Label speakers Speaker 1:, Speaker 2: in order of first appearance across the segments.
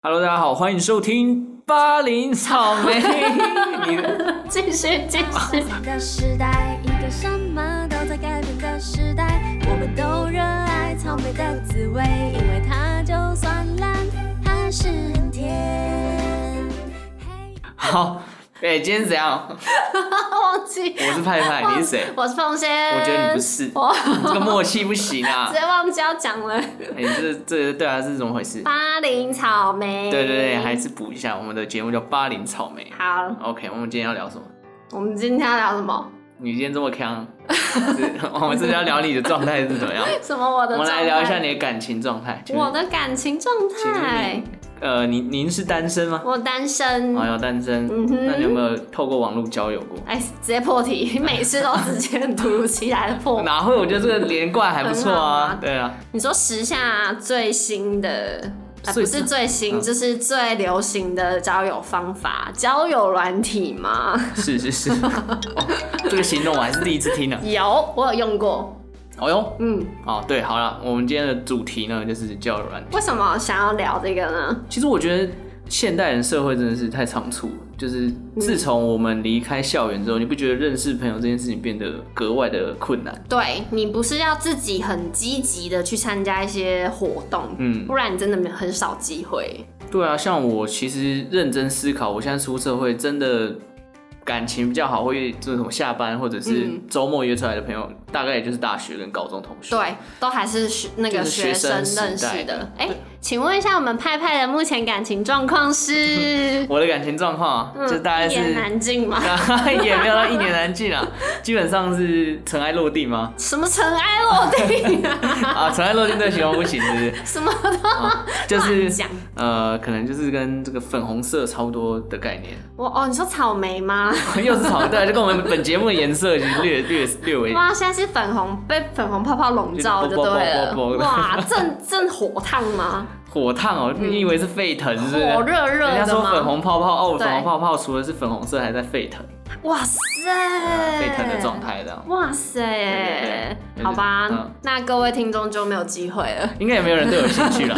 Speaker 1: Hello，大家好，欢迎收听巴林草 莓。你
Speaker 2: 继续继 续，
Speaker 3: 幻想的时代，一个什么都在改变的时代。我们都热爱草莓的滋味，因为它就算烂，还是很甜。嘿
Speaker 1: 好，哎、今天怎样？
Speaker 2: 忘记
Speaker 1: 我是派派，你是谁？
Speaker 2: 我是凤仙，
Speaker 1: 我觉得你不是，
Speaker 2: 我
Speaker 1: 你这个默契不行啊
Speaker 2: 直！接忘记要讲了。
Speaker 1: 哎、这这对啊，这是怎么回事？
Speaker 2: 巴林草莓，
Speaker 1: 对对对，还是补一下，我们的节目叫巴林草莓。
Speaker 2: 好。
Speaker 1: OK，我们今天要聊什么？
Speaker 2: 我们今天要聊什么？
Speaker 1: 你今天这么强， 是我们是要聊你的状态是怎么样？
Speaker 2: 什么？我的
Speaker 1: 我们
Speaker 2: 状态
Speaker 1: 来聊一下你的感情状态。就是
Speaker 2: 我的感情状
Speaker 1: 其实
Speaker 2: 态
Speaker 1: 你。呃，您您是单身吗？
Speaker 2: 我单身，
Speaker 1: 啊，要单身。
Speaker 2: 嗯哼
Speaker 1: 那你有没有透过网络交友过？
Speaker 2: 哎，直接破题，每次都直接很突如其来的 破。
Speaker 1: 哪会？我觉得这个连贯还不错
Speaker 2: 哦很好
Speaker 1: 啊
Speaker 2: 啊。
Speaker 1: 对啊，
Speaker 2: 你说时下最新的，啊、
Speaker 1: 最
Speaker 2: 不是最新，
Speaker 1: 嗯
Speaker 2: 就是最流行的交友方法，交友软体吗？
Speaker 1: 是是 是。哦这个形容我还是第一次听呢。
Speaker 2: 有，我有用过。
Speaker 1: 哦哟，
Speaker 2: 嗯，
Speaker 1: 哦对，好了，我们今天的主题呢就是交友软体。
Speaker 2: 为什么想要聊这个呢？
Speaker 1: 其实我觉得现代人社会真的是太仓促了，就是自从我们离开校园之后，你不觉得认识朋友这件事情变得格外的困难？
Speaker 2: 对你不是要自己很积极的去参加一些活动，
Speaker 1: 嗯
Speaker 2: 不然你真的很少机会。
Speaker 1: 对啊，像我其实认真思考，我现在出社会真的感情比较好，会这种下班或者是
Speaker 2: 嗯
Speaker 1: 周末约出来的朋友，大概也就是大学跟高中同学。
Speaker 2: 对，都还是学那个
Speaker 1: 就是学
Speaker 2: 生
Speaker 1: 生时代
Speaker 2: 认识的
Speaker 1: 的。
Speaker 2: 哎、
Speaker 1: 对
Speaker 2: 请问一下，我们派派的目前感情状况是
Speaker 1: ？我的感情状况啊，就大概
Speaker 2: 嗯一
Speaker 1: 是
Speaker 2: 言难尽吗？
Speaker 1: 也没有到一言难尽啊，基本上是尘埃落定吗？
Speaker 2: 什么尘埃落定啊？
Speaker 1: 啊，尘埃落定这个形容不行，是不是？
Speaker 2: 什么都
Speaker 1: 啊，就是
Speaker 2: 乱讲
Speaker 1: 呃，可能就是跟这个粉红色差不多的概念，
Speaker 2: 我哦，你说草莓吗？
Speaker 1: 又是草对，就跟我们本节目的颜色已经略略略为
Speaker 2: 哇，现在是粉红，被粉红泡泡笼罩就对 了
Speaker 1: 就。啵啵啵啵啵
Speaker 2: 哇，正正火烫吗？
Speaker 1: 火烫哦、你以为是沸腾是不是？
Speaker 2: 嗯火热热的吗
Speaker 1: 人家说粉红泡泡哦，
Speaker 2: 对
Speaker 1: 粉红泡泡除了是粉红色，还在沸腾，
Speaker 2: 哇塞，
Speaker 1: 沸腾的状。态这样。
Speaker 2: 哇塞，
Speaker 1: 对对
Speaker 2: 好吧，
Speaker 1: 嗯
Speaker 2: 那各位听众就没有机会了。
Speaker 1: 应该也没有人对我有兴 趣了，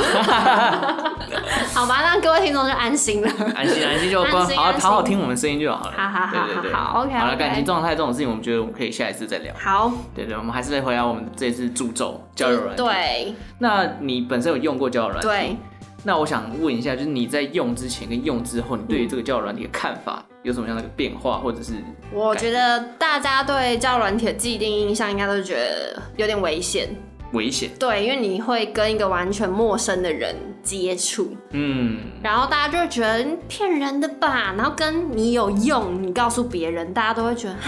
Speaker 2: 好吧，那各位听众就安心了。
Speaker 1: 安心安心就
Speaker 2: 安
Speaker 1: 关
Speaker 2: 心
Speaker 1: 好好
Speaker 2: 安心
Speaker 1: 好好听我们声音就好了。
Speaker 2: 好好好
Speaker 1: 对对对，
Speaker 2: 好好，OK，
Speaker 1: 好了，
Speaker 2: OK
Speaker 1: 感情状态这种事情，我们觉得我们可以下一次再聊。
Speaker 2: 好，
Speaker 1: 对对，我们还是回到我们这次助咒交友软件。，
Speaker 2: 对
Speaker 1: 那你本身有用过交友软件？
Speaker 2: 对，
Speaker 1: 那我想问一下，就是你在用之前跟用之后，你对于这个交友软体的看法有什么样的变化，或者是
Speaker 2: 我觉得大家对交友软体的既定印象应该都觉得有点危险，
Speaker 1: 危险？
Speaker 2: 对，因为你会跟一个完全陌生的人接触，
Speaker 1: 嗯，
Speaker 2: 然后大家就会觉得嗯骗人的吧，然后跟你有用，你告诉别人，大家都会觉得啊，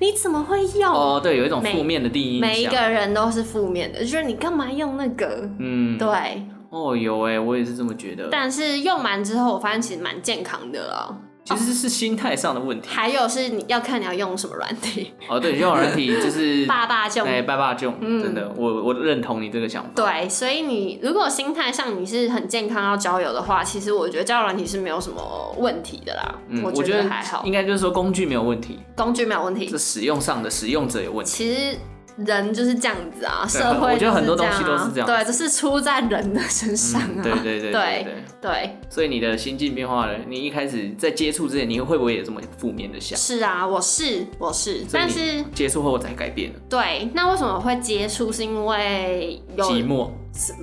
Speaker 2: 你怎么会用？
Speaker 1: 哦，对，有一种
Speaker 2: 每
Speaker 1: 负面的第一印象。
Speaker 2: 每一个人都是负面的，就是你干嘛用那个？
Speaker 1: 嗯，
Speaker 2: 对，
Speaker 1: 哦，有哎，我也是这么觉得。
Speaker 2: 但是用完之后，我发现其实蛮健康的啦。
Speaker 1: 其实是心态上的 问题。
Speaker 2: 还有是你要看你要用什么软体，
Speaker 1: 哦，对，交友软体就是
Speaker 2: 爸爸就
Speaker 1: 哎，爸爸就
Speaker 2: 嗯
Speaker 1: 真的，我我认同你这个想法。
Speaker 2: 对，所以你如果心态上你是很健康要交友的话，其实我觉得交友软体是没有什么问题的啦。
Speaker 1: 嗯，
Speaker 2: 我
Speaker 1: 我觉
Speaker 2: 还好
Speaker 1: 应，该就是说工具没有问题，
Speaker 2: 工具没有问题
Speaker 1: 这。使用上的使用者有问题。
Speaker 2: 其实人就是这样子啊，
Speaker 1: 对
Speaker 2: 社会
Speaker 1: 我觉得很多东西
Speaker 2: 就
Speaker 1: 都是这样
Speaker 2: 啊对，这是出在人的身上啊。
Speaker 1: 嗯对对对
Speaker 2: 对
Speaker 1: 对。
Speaker 2: 对
Speaker 1: 所以你的心境变化了，你一开始在接触之前，你会不会有这么负面的想？
Speaker 2: 是啊，我是我
Speaker 1: 所
Speaker 2: 是，
Speaker 1: 以
Speaker 2: 但
Speaker 1: 你
Speaker 2: 是
Speaker 1: 接触后才改变了，
Speaker 2: 对，那为什么会接触？是因为有
Speaker 1: 寂寞，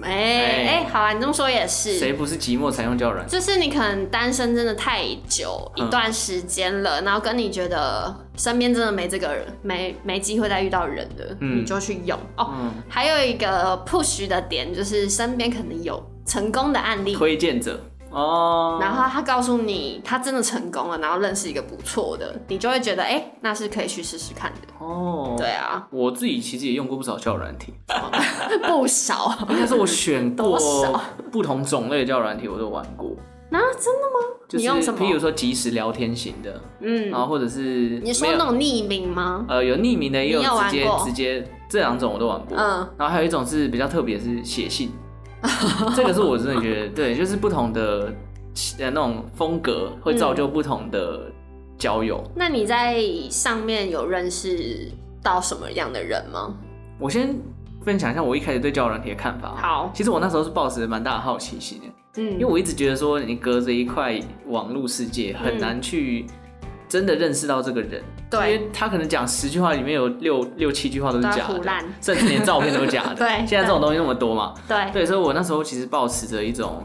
Speaker 2: 哎哎、
Speaker 1: 哎
Speaker 2: 好啊，你这么说也是。
Speaker 1: 谁不是寂寞才用交友软件？
Speaker 2: 就是你可能单身真的太久
Speaker 1: 嗯
Speaker 2: 一段时间了，然后跟你觉得身边真的没这个人，没没机会再遇到人的，
Speaker 1: 嗯
Speaker 2: 你就去用哦。
Speaker 1: 嗯，
Speaker 2: 还有一个 push 的点就是身边可能有成功的案例，
Speaker 1: 推荐者哦，
Speaker 2: 然后他告诉你他真的成功了，然后认识一个不错的，你就会觉得哎、诶那是可以去试试看的。
Speaker 1: 哦，
Speaker 2: 对。啊，
Speaker 1: 我自己其实也用过不少交友软体，
Speaker 2: 不少。
Speaker 1: 应该说我选过
Speaker 2: 多少
Speaker 1: 不同种类的交友软体，我都玩过。
Speaker 2: 那、真的吗？
Speaker 1: 就
Speaker 2: 你
Speaker 1: 是
Speaker 2: 用什么
Speaker 1: 譬如说即时聊天型的，然
Speaker 2: 嗯，
Speaker 1: 后或者是
Speaker 2: 你说
Speaker 1: 哦没有
Speaker 2: 那种匿名吗？
Speaker 1: 呃有匿名的，也
Speaker 2: 你有
Speaker 1: 直接
Speaker 2: 玩过
Speaker 1: 直接这两种我都玩过。
Speaker 2: 嗯，
Speaker 1: 然后还有一种是比较特别，是写 信，这个是我真的觉得对，就是不同的呃那种风格会造
Speaker 2: 嗯
Speaker 1: 就不同的交友。
Speaker 2: 那你在上面有认识到什么样的人吗？
Speaker 1: 我先分享一下我一开始对交友软体的看法。
Speaker 2: 好
Speaker 1: 其实我那时候是抱持蛮大的好奇心的，
Speaker 2: 嗯
Speaker 1: 因为我一直觉得说，你隔着一块网络世界，
Speaker 2: 嗯
Speaker 1: 很难去真的认识到这个人。
Speaker 2: 对
Speaker 1: 因为他可能讲十句话，里面有六六七句话都是
Speaker 2: 都要
Speaker 1: 假
Speaker 2: 胡
Speaker 1: 的
Speaker 2: 烂，
Speaker 1: 甚至连照片都是假的。
Speaker 2: 对
Speaker 1: 现在这种东西那么多嘛，
Speaker 2: 对
Speaker 1: 对，所以我那时候其实抱持着一种，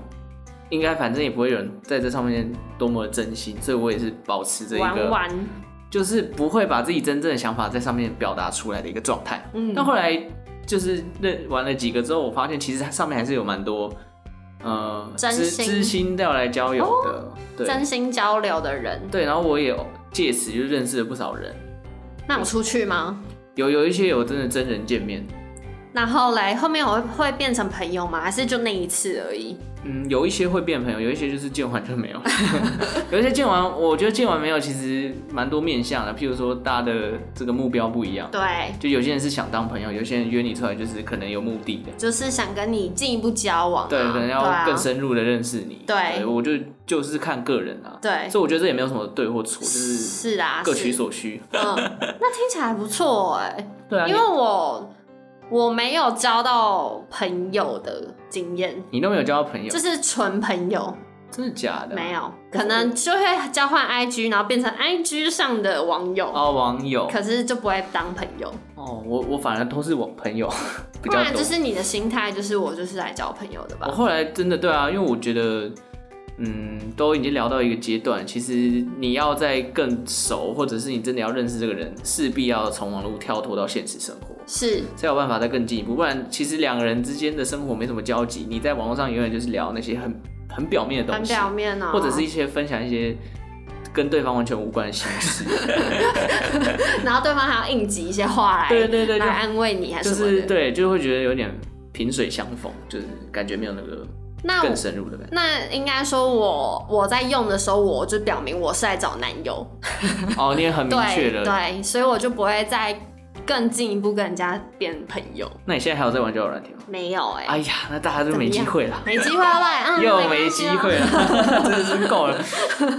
Speaker 1: 应该反正也不会有人在这上面多么的真心，所以我也是保持着一个
Speaker 2: 玩玩，
Speaker 1: 就是不会把自己真正的想法在上面表达出来的一个状态。
Speaker 2: 嗯
Speaker 1: 但后来就是认玩了几个之后，我发现其实它上面还是有蛮多，呃，
Speaker 2: 真
Speaker 1: 知
Speaker 2: 心哦
Speaker 1: 知心要来交友的，对
Speaker 2: 真心交流的人。
Speaker 1: 对。然后我也有借此就认识了不少人，
Speaker 2: 那我出去吗？
Speaker 1: 有有一些有真的真人见面，
Speaker 2: 那后来后面我会会变成朋友吗？还是就那一次而已？
Speaker 1: 嗯，有一些会变朋友，有一些就是见完就没 有。有一些见完，我觉得见完没有，其实蛮多面向的。譬如说，大家的这个目标不一样，
Speaker 2: 对，
Speaker 1: 就有些人是想当朋友，有些人约你出来就是可能有目的的。
Speaker 2: 就是想跟你进一步交往、啊，
Speaker 1: 对，可能
Speaker 2: 对
Speaker 1: 要
Speaker 2: 啊
Speaker 1: 更深入的认识你。
Speaker 2: 对
Speaker 1: 我就就是看个人啊。
Speaker 2: 对
Speaker 1: 所以我觉得这也没有什么对或错，就是
Speaker 2: 是啊，
Speaker 1: 各取
Speaker 2: 是。
Speaker 1: 所需。
Speaker 2: 嗯， 那听起来还不错哎、
Speaker 1: 对啊，
Speaker 2: 因为我我没有交到朋友的经验，
Speaker 1: 你你都没有交到朋友啊
Speaker 2: 就，是纯朋友
Speaker 1: 真的假的？
Speaker 2: 没有，可能就会交换 IG，然后变成 IG 上的网友，
Speaker 1: 哦，网友
Speaker 2: 可是就不会当朋友。
Speaker 1: 哦，我我反而都是我朋友比
Speaker 2: 不
Speaker 1: 较
Speaker 2: 然
Speaker 1: 多
Speaker 2: 就。是你的心态，就是我就是来交朋友的
Speaker 1: 我
Speaker 2: 吧。
Speaker 1: 后来真的对啊，因为我觉得，嗯，都已经聊到一个阶段，其实你要再更熟，或者是你真的要认识这个人，势必要从网络跳脱到现实生活，
Speaker 2: 是，
Speaker 1: 才有办法再更进一步。不然，其实两个人之间的生活没什么交集，你在网络上永远就是聊那些很很表面的
Speaker 2: 很
Speaker 1: 东西，
Speaker 2: 表面啊、
Speaker 1: 或者是一些分享一些跟对方完全无关的心事。
Speaker 2: 然后对方还要应急一些话来，
Speaker 1: 对对对，就
Speaker 2: 来安慰你还
Speaker 1: 就
Speaker 2: 什么
Speaker 1: 是
Speaker 2: 的。
Speaker 1: 对，就会觉得有点萍水相逢，就是感觉没有那个
Speaker 2: 那我
Speaker 1: 更深入的感觉。
Speaker 2: 那应该说我我在用的时候，我就表明我是来找男友，
Speaker 1: 哦，你也很明确的
Speaker 2: 对对，所以我就不会再更进一步跟人家变朋友，
Speaker 1: 那你现在还有在玩交友软体吗？
Speaker 2: 没有哎、
Speaker 1: 哎呀，那大家都没机会了，
Speaker 2: 没机会了吧，嗯，
Speaker 1: 又
Speaker 2: 关
Speaker 1: 没
Speaker 2: 系
Speaker 1: 机
Speaker 2: 啊
Speaker 1: 会， 了，真的是够了。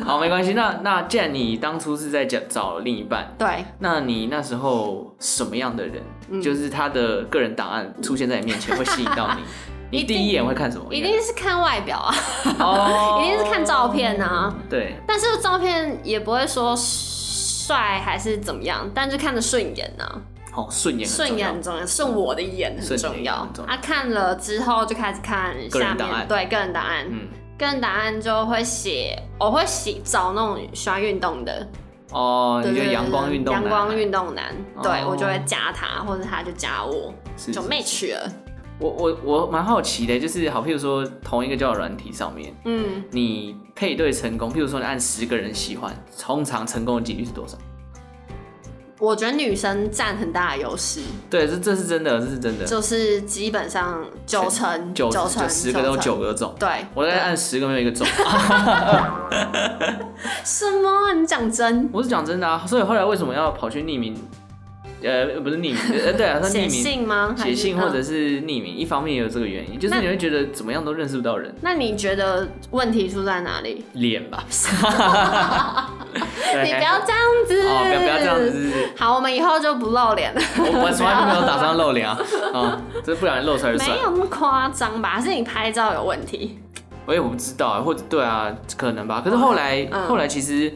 Speaker 1: 好，没关系。那那既然你当初是在找找另一半，
Speaker 2: 对，
Speaker 1: 那你那时候什么样的人，
Speaker 2: 嗯
Speaker 1: 就是他的个人档案出现在你面前会吸引到你？你
Speaker 2: 一定
Speaker 1: 第一眼会看什么？
Speaker 2: 一定 是看外表啊，
Speaker 1: 哦
Speaker 2: 一定是看照。片啊，
Speaker 1: 对，
Speaker 2: 但是照片也不会说帅还是怎么样，但就看着顺眼啊，
Speaker 1: 哦，顺眼，
Speaker 2: 顺眼，很重要，顺我的眼很
Speaker 1: 顺
Speaker 2: 重
Speaker 1: 你的眼
Speaker 2: 要
Speaker 1: 很重。要
Speaker 2: 啊，看了之后就开始看
Speaker 1: 个
Speaker 2: 下
Speaker 1: 人档
Speaker 2: 面，
Speaker 1: 案
Speaker 2: 对个人档案，
Speaker 1: 嗯，
Speaker 2: 个人档案就会写，我会写找那种喜欢运动的，
Speaker 1: 哦，
Speaker 2: 对
Speaker 1: 你觉得
Speaker 2: 对对
Speaker 1: 阳光运动
Speaker 2: 阳
Speaker 1: 男孩，
Speaker 2: 光运动男，
Speaker 1: 哦
Speaker 2: 对我就会加他，或者他就加我，
Speaker 1: 是
Speaker 2: 就 match 了。
Speaker 1: 我我我蛮好奇的，就是好，譬如说同一个交友软体上面，
Speaker 2: 嗯，
Speaker 1: 你配对成功，譬如说你按十个人喜欢，通常成功的几率是多少？
Speaker 2: 我觉得女生占很大的优势，
Speaker 1: 对，这这是真的，这是真的，
Speaker 2: 就是基本上九成
Speaker 1: 九
Speaker 2: 成
Speaker 1: 就十个都有
Speaker 2: 成
Speaker 1: 九个中。
Speaker 2: 对，
Speaker 1: 我在按十个没有一个中，
Speaker 2: 什么？你讲真？
Speaker 1: 我是讲真的啊。所以后来为什么要跑去匿名？呃，不是匿名， 呃，对啊，他
Speaker 2: 写
Speaker 1: 匿名
Speaker 2: 信吗？还
Speaker 1: 写
Speaker 2: 是
Speaker 1: 信或者
Speaker 2: 嗯
Speaker 1: 是匿名，一方面也有这个原因，就是
Speaker 2: 那
Speaker 1: 你会觉得怎么样都认识不到人，
Speaker 2: 那你觉得问题出在哪里？
Speaker 1: 脸 吧。
Speaker 2: 你
Speaker 1: 你
Speaker 2: 不要这样子，
Speaker 1: 哦，不要不要这样子。是是是
Speaker 2: 好，我们以后就不露脸了，
Speaker 1: 我我从来就没有打算露脸啊，啊，这不啊然露出来就
Speaker 2: 没
Speaker 1: 算
Speaker 2: 有
Speaker 1: 了。
Speaker 2: 那么夸张吧？还是你拍照有问题？
Speaker 1: 我也不知道啊，或者对啊，可能吧。可是后来
Speaker 2: 嗯
Speaker 1: 后来其实。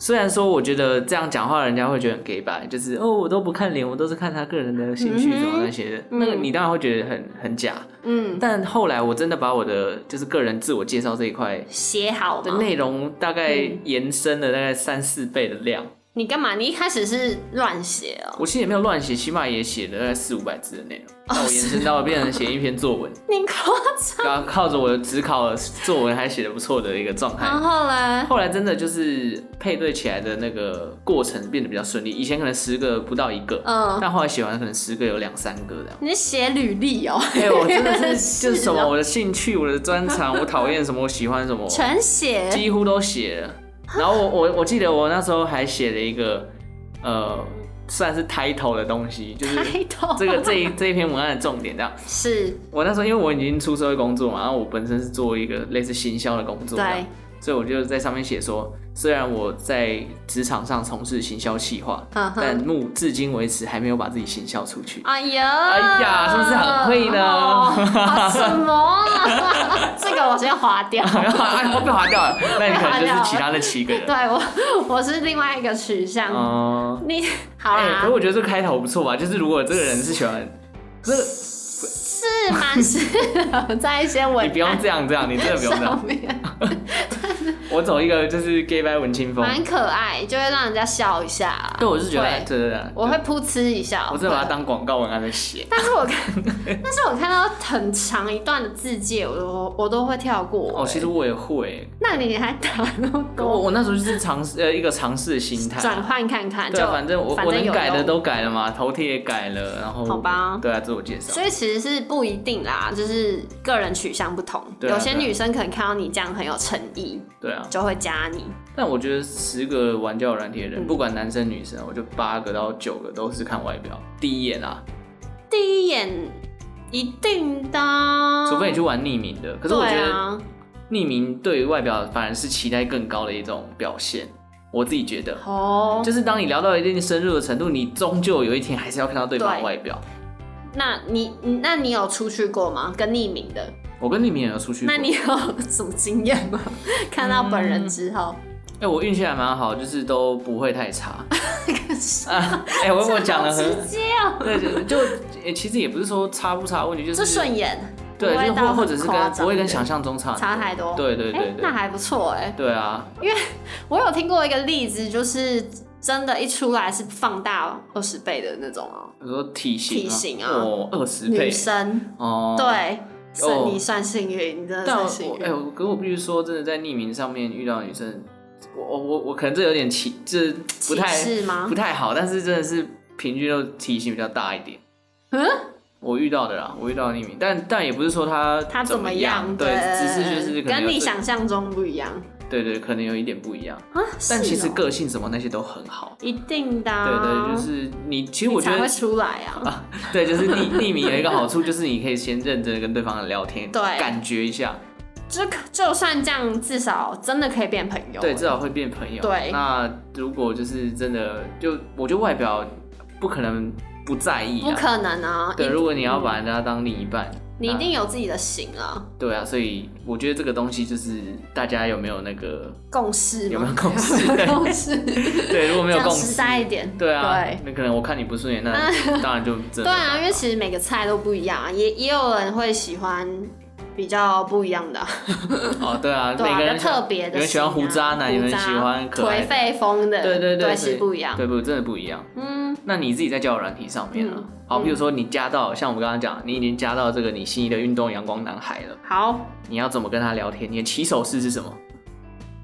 Speaker 1: 虽然说，我觉得这样讲话人家会觉得很 gay 白，就是哦，我都不看脸，我都是看他个人的兴趣
Speaker 2: 嗯哼
Speaker 1: 什么那些的，那个
Speaker 2: 嗯
Speaker 1: 你当然会觉得很很假。
Speaker 2: 嗯，
Speaker 1: 但后来我真的把我的就是个人自我介绍这一块
Speaker 2: 写好
Speaker 1: 的
Speaker 2: 吗？
Speaker 1: 内容大概
Speaker 2: 哦嗯
Speaker 1: 延伸了大概三四倍的量，
Speaker 2: 你干嘛？你一开始是乱写哦？
Speaker 1: 我其实也没有乱写，起码也写了大概四五百字的内容，那我延伸到变成写一篇作 文，
Speaker 2: 你夸张。
Speaker 1: 然后靠着我的只考作文还写的不错的一个状态
Speaker 2: 然。后呢？
Speaker 1: 后来真的就是配对起来的那个过程变得比较顺利，以前可能十个不到一个，
Speaker 2: 嗯
Speaker 1: 但后来写完可能十个有两三个这样。
Speaker 2: 你是写履历哦？
Speaker 1: 哎、我 真的是
Speaker 2: 是
Speaker 1: 就是什么
Speaker 2: 哦
Speaker 1: 我的兴趣、我的专长、 我讨厌什么、我喜欢什 么，
Speaker 2: 全写
Speaker 1: 几乎都写 了。然后我我我记得我那时候还写了一个呃算是 title 的东西，就是
Speaker 2: 开头，
Speaker 1: 这个这一这一篇文案的重点这样。
Speaker 2: 是
Speaker 1: 我那时候因为我已经出社会工作嘛，然后我本身是做一个类似行销的工作，
Speaker 2: 对，
Speaker 1: 所以我就在上面写说，虽然我在职场上从事行销企划，
Speaker 2: 嗯哼
Speaker 1: 但目至今为止还没有把自己行销出去。
Speaker 2: 哎呀，
Speaker 1: 哎呀是不是很会呢
Speaker 2: 哦啊什 么啦？这个我先划掉。
Speaker 1: 哎，我被划掉了，那你可能就是其他那七个人
Speaker 2: 对。我，我是另外一个取向。
Speaker 1: 嗯，
Speaker 2: 你好
Speaker 1: 哎、
Speaker 2: 啦
Speaker 1: 可是，我觉得这个开头不错吧？就是如果这个人是喜欢，这个
Speaker 2: 是蛮适合在一些 文
Speaker 1: 你不用
Speaker 2: 案
Speaker 1: 这样这样，你真的不用这样
Speaker 2: 上。面，
Speaker 1: 我走一个就是 gay 拜文青风，
Speaker 2: 蛮可爱，就会让人家笑一下啦。
Speaker 1: 对，我是觉得
Speaker 2: 会
Speaker 1: 对对对，
Speaker 2: 我会噗嗤一笑。
Speaker 1: 我真的把它
Speaker 2: 会
Speaker 1: 当广告文案在写。
Speaker 2: 但是我看， 但是我看到很长一段的字界，我都我都会跳过、欸
Speaker 1: 哦，其实我也会，
Speaker 2: 那你还打那么
Speaker 1: 我
Speaker 2: 多，
Speaker 1: 我那时候就是尝试呃一个尝试的心态。
Speaker 2: 转换看看，
Speaker 1: 对
Speaker 2: 就
Speaker 1: 啊，反正我
Speaker 2: 反
Speaker 1: 我
Speaker 2: 正
Speaker 1: 能
Speaker 2: 有
Speaker 1: 改的
Speaker 2: 用
Speaker 1: 都改了嘛，头贴也改了，然后
Speaker 2: 好吧
Speaker 1: 对啊，自我介绍
Speaker 2: 所。以其实是不一定啦，就是个人取向不同。
Speaker 1: 对啊
Speaker 2: 有些
Speaker 1: 对啊
Speaker 2: 女生可能看到你这样很有诚意，
Speaker 1: 对啊，
Speaker 2: 就会加你。
Speaker 1: 但我觉得十个玩交友软体的人，
Speaker 2: 嗯
Speaker 1: 不管男生女生，我就八个到九个都是看外表，第一眼啊，
Speaker 2: 嗯第一眼一定的啊，
Speaker 1: 除非你去玩匿名的。可是我觉
Speaker 2: 对
Speaker 1: 得
Speaker 2: 啊，
Speaker 1: 匿名对于外表反而是期待更高的一种表现，我自己觉得。
Speaker 2: 哦，
Speaker 1: 就是当你聊到一定深入的程度，你终究有一天还是要看到对方的
Speaker 2: 对
Speaker 1: 外表。
Speaker 2: 那你你那你有出去过吗？跟匿名的，
Speaker 1: 我跟匿名也有出去过，
Speaker 2: 那你有什么经验吗？ 看到本人之后，
Speaker 1: 哎、我运气还蛮好，就是都不会太 差。啊，哎、我我讲的
Speaker 2: 好
Speaker 1: 很啊
Speaker 2: 直接 哦，
Speaker 1: 对，就就、欸其实也不是说差不差的问题，就是
Speaker 2: 这顺眼，
Speaker 1: 对，
Speaker 2: 不
Speaker 1: 就
Speaker 2: 会
Speaker 1: 是
Speaker 2: 到
Speaker 1: 或或
Speaker 2: 很
Speaker 1: 者是
Speaker 2: 夸
Speaker 1: 跟
Speaker 2: 张
Speaker 1: 不会跟想象中差很
Speaker 2: 差太多，
Speaker 1: 对对对
Speaker 2: 哎
Speaker 1: 对
Speaker 2: 那，还不错哎。
Speaker 1: 对啊，
Speaker 2: 我有听过一个例子，就是真的，一出来是放大二十倍的那种哦、
Speaker 1: 你说体型
Speaker 2: 体型啊
Speaker 1: 哦，二十
Speaker 2: 女
Speaker 1: 倍
Speaker 2: 生，
Speaker 1: 哦，。
Speaker 2: 对，是、
Speaker 1: 哦
Speaker 2: 你算幸运，你真的
Speaker 1: 但我
Speaker 2: 算幸
Speaker 1: 我
Speaker 2: 运。
Speaker 1: 哎、我可我必须说，真的在匿名上面遇到女生，我我我我可能这有点歧，这不太
Speaker 2: 是吗
Speaker 1: 不？太好，但是真的是平均都体型比较大一点。
Speaker 2: 嗯，
Speaker 1: 我遇到的啦，我遇到的匿名，但但也不是说他
Speaker 2: 他
Speaker 1: 怎
Speaker 2: 怎么
Speaker 1: 样，
Speaker 2: 对，
Speaker 1: 只是就是可能
Speaker 2: 跟
Speaker 1: 有
Speaker 2: 你
Speaker 1: 这
Speaker 2: 想象中不一样
Speaker 1: 对对，可能有一点不一样，
Speaker 2: 啊。
Speaker 1: 但
Speaker 2: 是
Speaker 1: 其实
Speaker 2: 哦
Speaker 1: 个性什么那些都很好。
Speaker 2: 一定的、啊，
Speaker 1: 对对，就是你，其实我觉
Speaker 2: 才
Speaker 1: 得
Speaker 2: 会出来啊。
Speaker 1: 对，就是匿匿名有一个好处，就是你可以先认真的跟对方聊天，
Speaker 2: 对
Speaker 1: 感觉一下，
Speaker 2: 就就算这样，至少真的可以变朋友。
Speaker 1: 对，至少会变朋友。
Speaker 2: 对
Speaker 1: 那如果就是真的，就我觉得外表不可能不在意
Speaker 2: 不
Speaker 1: 啊。
Speaker 2: 可能啊，
Speaker 1: 对，
Speaker 2: 一
Speaker 1: 如果你要把人家当另一半，
Speaker 2: 你一
Speaker 1: 那
Speaker 2: 定有自己的型啊，
Speaker 1: 对啊，所以我觉得这个东西就是大家有没有那个
Speaker 2: 共识
Speaker 1: 有
Speaker 2: 吗
Speaker 1: 没有共识？
Speaker 2: 共识，
Speaker 1: 对，如 果没有
Speaker 2: 这样
Speaker 1: 共
Speaker 2: 实
Speaker 1: 识，
Speaker 2: 在一点。
Speaker 1: 对啊
Speaker 2: 对，
Speaker 1: 那可能我看你不顺眼， 那当然就真的没
Speaker 2: 对
Speaker 1: 办法
Speaker 2: 啊，因为其实每个菜都不一样啊，也也有人会喜欢比较不一样的啊，
Speaker 1: 哦，对啊，
Speaker 2: 对
Speaker 1: 每
Speaker 2: 啊，
Speaker 1: 个
Speaker 2: 比较
Speaker 1: 人喜欢
Speaker 2: 特别的型
Speaker 1: 有
Speaker 2: 啊。
Speaker 1: 人喜欢胡渣男，
Speaker 2: 胡
Speaker 1: 有人
Speaker 2: 渣
Speaker 1: 喜欢可爱
Speaker 2: 颓
Speaker 1: 的，
Speaker 2: 废风的，
Speaker 1: 对对对，所以
Speaker 2: 是不一样。
Speaker 1: 对不真的不一样。
Speaker 2: 嗯，
Speaker 1: 那你自己在交友软体上面啊，好，比如说你加到像我们刚刚讲，你已经加到这个你心仪的运动阳光男孩了，
Speaker 2: 好，
Speaker 1: 你要怎么跟他聊天？你的起手式是什么？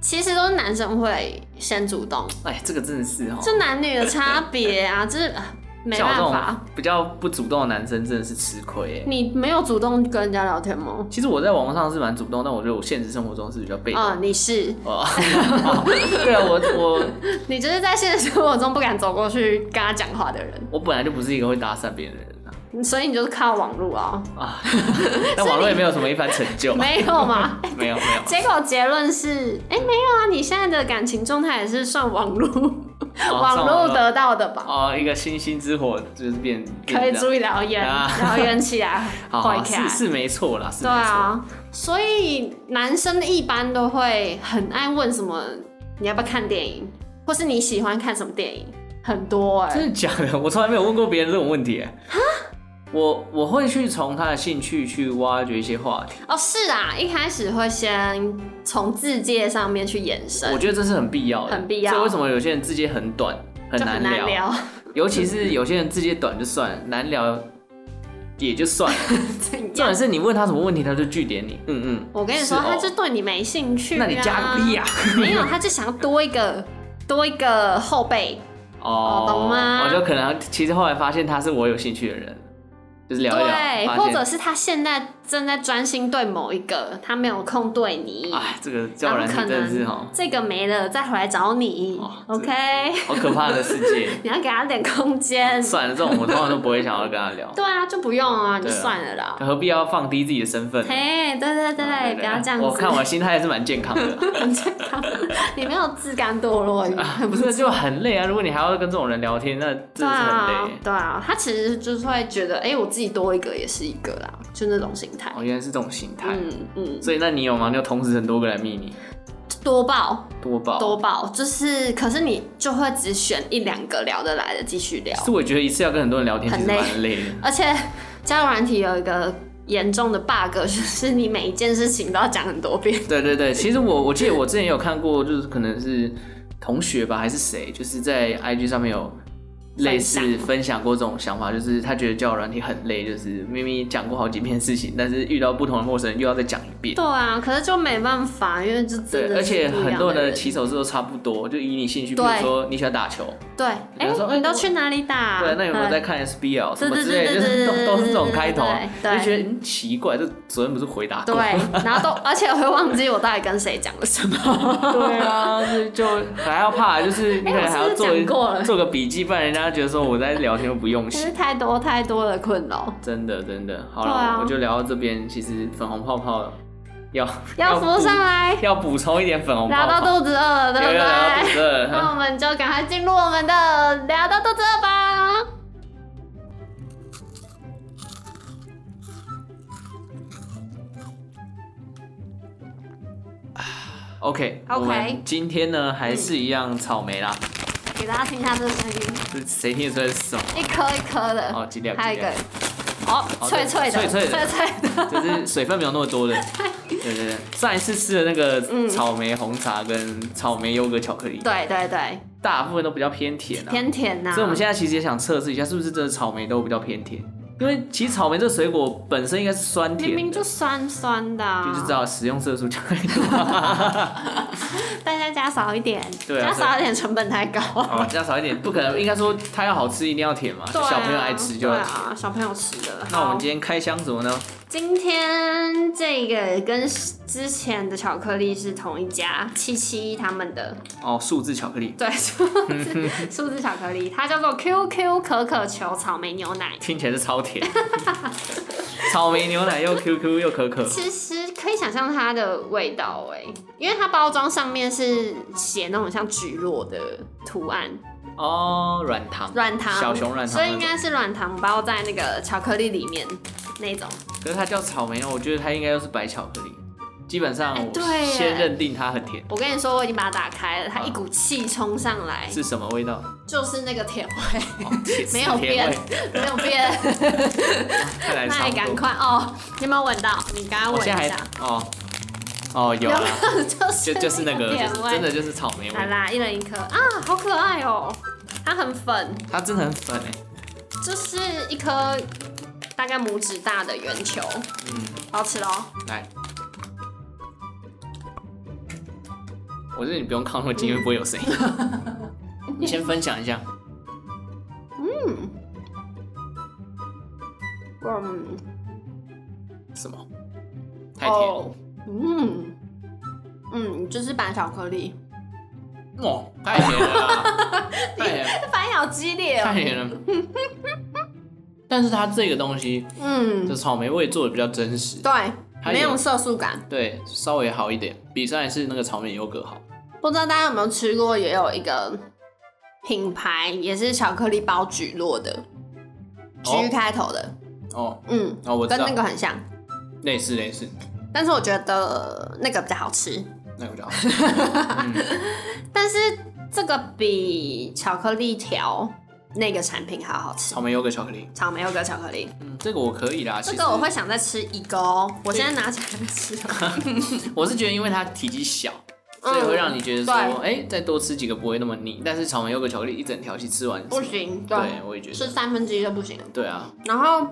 Speaker 2: 其实都是男生会先主动，
Speaker 1: 哎，这个真的是哦，
Speaker 2: 就男女的差别 啊，就是呃没
Speaker 1: 像我
Speaker 2: 办
Speaker 1: 这种
Speaker 2: 法，
Speaker 1: 比较不主动的男生真的是吃亏哎。
Speaker 2: 你没有主动跟人家聊天吗？
Speaker 1: 其实我在网络上是蛮主动，但我觉得我现实生活中是比较被动。
Speaker 2: 啊、你是
Speaker 1: 哦， 对啊，我我
Speaker 2: 你就是在现实生活中不敢走过去跟他讲话的人，
Speaker 1: 我本来就不是一个会搭讪别人的人啊
Speaker 2: 所以你就是靠网络啊，
Speaker 1: 啊，但网络也没有什么一番成就，没
Speaker 2: 没有嘛？
Speaker 1: 有没有，
Speaker 2: 结果结论是，哎、没有啊，你现在的感情状态也是算网络、
Speaker 1: 哦
Speaker 2: 网
Speaker 1: 上
Speaker 2: 络
Speaker 1: 了
Speaker 2: 得到的吧？
Speaker 1: 哦，一个星星之火就是变变
Speaker 2: 可以
Speaker 1: 这样
Speaker 2: 注意聊言，
Speaker 1: 啊
Speaker 2: 聊言起来
Speaker 1: 好
Speaker 2: 怪
Speaker 1: 好
Speaker 2: 起
Speaker 1: 是
Speaker 2: 来。
Speaker 1: 是没错啦，是
Speaker 2: 对
Speaker 1: 没错。
Speaker 2: 啊，所以男生一般都会很爱问什么，你要不要看电影，或是你喜欢看什么电影，很多哎、
Speaker 1: 真的假的？我从来没有问过别人这种问题欸。我我会去从他的兴趣去挖掘一些话题，
Speaker 2: 哦，是啊，一开始会先从字界上面去延
Speaker 1: 我
Speaker 2: 伸，
Speaker 1: 觉得这是很必要的，
Speaker 2: 很必要
Speaker 1: 所以为什么有些人字节很短，很
Speaker 2: 就
Speaker 1: 难
Speaker 2: 很难聊，
Speaker 1: 尤其是有些人字节短就算了，难聊也就 算了。
Speaker 2: 怎
Speaker 1: 重
Speaker 2: 样
Speaker 1: 点是你问他什么问题，他就据点你。嗯嗯，
Speaker 2: 我跟你说，
Speaker 1: 是哦
Speaker 2: 他就对你没兴趣、
Speaker 1: 那
Speaker 2: 啊，
Speaker 1: 你加个屁啊！
Speaker 2: 没有，他就想要多一个多一个后辈，
Speaker 1: 哦，
Speaker 2: 懂吗
Speaker 1: 我就可能其实后来发现他是我有兴趣的人，就是聊一聊，
Speaker 2: 对，
Speaker 1: 发现
Speaker 2: 或者是他现在正在专心对某一个，他没有空对你，
Speaker 1: 哎，这个
Speaker 2: 他
Speaker 1: 叫
Speaker 2: 不
Speaker 1: 人
Speaker 2: 可
Speaker 1: 真的是哈
Speaker 2: 能，这个没了再回来找你
Speaker 1: 哦这
Speaker 2: ，OK？
Speaker 1: 好可怕的世界。
Speaker 2: 你要给他点空间。
Speaker 1: 算了，这种我通常都不会想要跟他聊，
Speaker 2: 对啊，就不用啊，你就
Speaker 1: 对啊
Speaker 2: 算了啦。
Speaker 1: 何必要放低自己的身份？
Speaker 2: 嘿，对对对
Speaker 1: 啊
Speaker 2: 对，不要这样子。
Speaker 1: 我看我心态还是蛮健康的，
Speaker 2: 你没有自甘堕落 欲，
Speaker 1: 不是就很累啊？如果你还要跟这种人聊天，那真
Speaker 2: 对
Speaker 1: 的是
Speaker 2: 啊
Speaker 1: 很累，。
Speaker 2: 对啊，他其实就是会觉得，哎、我自己多一个也是一个啦，就那种心态。
Speaker 1: 哦，原来是这种心态。
Speaker 2: 嗯嗯，
Speaker 1: 所以那你有吗？你有同时很多个来密你，
Speaker 2: 多报
Speaker 1: 多爆。
Speaker 2: 多报，就是可是你就会只选一两个聊得来的继续聊
Speaker 1: 其，实我觉得一次要跟很多人聊天其
Speaker 2: 很
Speaker 1: 实
Speaker 2: 累
Speaker 1: 蛮累的。
Speaker 2: 而且交友软体有一个严重的 bug，就是 你每一件事情都要讲很多遍。
Speaker 1: 对对对，其实我我记得我之前也有看过，就是可能是同学吧，还是谁，就是在 IG 上面有类似分享过这种想法，就是他觉得交友软体很累，就是明明讲过好几遍事情，但是遇到不同的陌生人又要再讲一遍。
Speaker 2: 对啊，可是就没办法，因为就真
Speaker 1: 对，
Speaker 2: 的
Speaker 1: 而且
Speaker 2: 是不一样
Speaker 1: 很多人的
Speaker 2: 人
Speaker 1: 起手式都差不多，就以你兴趣，比
Speaker 2: 对
Speaker 1: 如说你喜欢打球，
Speaker 2: 对，哎、
Speaker 1: 比如说哎
Speaker 2: 你都
Speaker 1: 我
Speaker 2: 去哪里打？
Speaker 1: 对，那有没有
Speaker 2: 嗯
Speaker 1: 在看 SBL 什
Speaker 2: 对
Speaker 1: 么
Speaker 2: 对
Speaker 1: 之
Speaker 2: 对
Speaker 1: 类的，
Speaker 2: 对
Speaker 1: 就
Speaker 2: 对
Speaker 1: 是
Speaker 2: 对，
Speaker 1: 都都是这种开头，
Speaker 2: 对
Speaker 1: 就觉得嗯奇怪，就昨天不是回答过？
Speaker 2: 对，然后都 而且我会忘记我到底跟谁讲了 什么。
Speaker 1: 对啊，就就还要怕，就是你可能还要做
Speaker 2: 哎我是不是讲过了
Speaker 1: 一做个笔记，不然人家觉得说我在聊天又不用
Speaker 2: 其
Speaker 1: 心
Speaker 2: 实。太多太多的困扰，
Speaker 1: 真的真的，好
Speaker 2: 对
Speaker 1: 了，
Speaker 2: 啊
Speaker 1: 我就聊到这边。其实粉红泡泡要
Speaker 2: 要
Speaker 1: 补
Speaker 2: 浮上来，
Speaker 1: 要补充一点粉红
Speaker 2: 聊
Speaker 1: 泡
Speaker 2: 到
Speaker 1: 泡，
Speaker 2: 肚子饿了，哦对不
Speaker 1: 有有聊到
Speaker 2: 对？
Speaker 1: 肚子 饿
Speaker 2: 那我们就赶快进入我们的聊到肚子饿吧。
Speaker 1: OK，
Speaker 2: OK
Speaker 1: 我们今天呢还是一样草莓啦，
Speaker 2: 给大家听一下这个声音，
Speaker 1: 这谁听得出来是什么？
Speaker 2: 一颗一颗的，
Speaker 1: 哦，几两？
Speaker 2: 还有一个
Speaker 1: 几，
Speaker 2: 哦，
Speaker 1: 哦
Speaker 2: 脆
Speaker 1: 对
Speaker 2: 脆的，
Speaker 1: 脆脆的
Speaker 2: 脆脆 的，
Speaker 1: 两就是水分没有那么多 的。对对对，上一次吃的那
Speaker 2: 嗯
Speaker 1: 个草莓红茶跟草莓优格巧克力，
Speaker 2: 对对对，
Speaker 1: 大部分都比较偏甜啊。
Speaker 2: 偏甜呐。
Speaker 1: 所以我们现在其实也想测试一下，是不是真的草莓都比较偏甜？因为其实草莓这个水果本身应该是酸甜
Speaker 2: 明
Speaker 1: 的，
Speaker 2: 明就酸酸的啊，
Speaker 1: 就知道食用色素太多，
Speaker 2: 大家加少一点，
Speaker 1: 对啊
Speaker 2: 加少一点成本太高。
Speaker 1: 哦，这样少一点，不可能，应该说它要好吃一定要甜嘛，
Speaker 2: 对啊
Speaker 1: 小朋友爱吃就
Speaker 2: 对
Speaker 1: 要甜。
Speaker 2: 啊，小朋友吃的。
Speaker 1: 那我
Speaker 2: 好
Speaker 1: 们今天开箱什么呢？
Speaker 2: 今天这个跟之前的巧克力是同一家七七他们的，
Speaker 1: 哦，数字巧克力，
Speaker 2: 对， 数字数字巧克力，它叫做 QQ 可可球草莓牛奶。
Speaker 1: 听起来是超 甜，草莓牛奶又 QQ 又可 可，
Speaker 2: 其实可以想象它的味道哎、因为它包装上面是写那种像菊落的图案，
Speaker 1: 哦，软糖，
Speaker 2: 软糖，
Speaker 1: 小熊软糖
Speaker 2: 所以应
Speaker 1: 那种。
Speaker 2: 该是软糖包在那个巧克力里面那种。
Speaker 1: 可是它叫草莓，哦我觉得它应该又是白巧克力。基本上
Speaker 2: 哎
Speaker 1: 我
Speaker 2: 对耶
Speaker 1: 先认定它很甜，
Speaker 2: 我跟你说，我已经把它打开了，它一股气冲上来，
Speaker 1: 是什么味道？
Speaker 2: 就是那个甜味，
Speaker 1: 哦甜
Speaker 2: 没有
Speaker 1: 甜味，
Speaker 2: 没有变。
Speaker 1: 看来
Speaker 2: 那
Speaker 1: 差
Speaker 2: 你赶
Speaker 1: 不多。
Speaker 2: 快哦，你有没有闻到？你刚刚
Speaker 1: 我
Speaker 2: 闻
Speaker 1: 现
Speaker 2: 一
Speaker 1: 在
Speaker 2: 下，
Speaker 1: 还哦哦有
Speaker 2: 有
Speaker 1: 了，
Speaker 2: 没 有就是
Speaker 1: 就就是那个，
Speaker 2: 甜
Speaker 1: 就是
Speaker 2: 味
Speaker 1: 真的就是草莓味
Speaker 2: 来，啦，一人一颗啊，好可爱哦，它很粉，
Speaker 1: 它真的很粉哎。
Speaker 2: 就是一颗大概拇指大的圆球，
Speaker 1: 嗯，
Speaker 2: 好吃喽。
Speaker 1: 来，我觉得你不用靠那么近，因为不会有声音。 你先分享一下，
Speaker 2: 嗯，
Speaker 1: 什么？太甜了，
Speaker 2: 哦嗯嗯，就是白巧克力，
Speaker 1: 哦，太甜了啦， 太甜了，
Speaker 2: 反应好激烈
Speaker 1: 太
Speaker 2: 哦。
Speaker 1: 甜了。但是它这个东西，就
Speaker 2: 嗯，
Speaker 1: 草莓味做的比较真实，
Speaker 2: 对，
Speaker 1: 它
Speaker 2: 没
Speaker 1: 有
Speaker 2: 有色素感。
Speaker 1: 对，稍微好一点，比上一次那个草莓优格好。
Speaker 2: 不知道大家有没有吃过，也有一个品牌也是巧克力包菊落的，菊
Speaker 1: 哦
Speaker 2: 开头的，
Speaker 1: 哦
Speaker 2: 嗯，
Speaker 1: 哦，我知
Speaker 2: 跟
Speaker 1: 道
Speaker 2: 那，个很像，
Speaker 1: 类似类似，
Speaker 2: 但是我觉得那个比较好吃。
Speaker 1: 那个比较好。
Speaker 2: 但是这个比巧克力条那个产品还要好吃
Speaker 1: 草，莓优格巧克力，
Speaker 2: 草莓优格巧克力。
Speaker 1: 嗯，这个我可以啦。
Speaker 2: 这
Speaker 1: 其
Speaker 2: 个
Speaker 1: 实
Speaker 2: 我会想再吃一个哦，我现在拿起来吃 哦。
Speaker 1: 我是觉得因为它体积小，所以会让你觉得说，
Speaker 2: 嗯对
Speaker 1: 哎、再多吃几个不会那么腻。但是草莓优格巧克力一整条去吃完，
Speaker 2: 不，行，
Speaker 1: 对，我也觉
Speaker 2: 吃
Speaker 1: 得，
Speaker 2: 三分之一就不行了。
Speaker 1: 对啊，
Speaker 2: 然后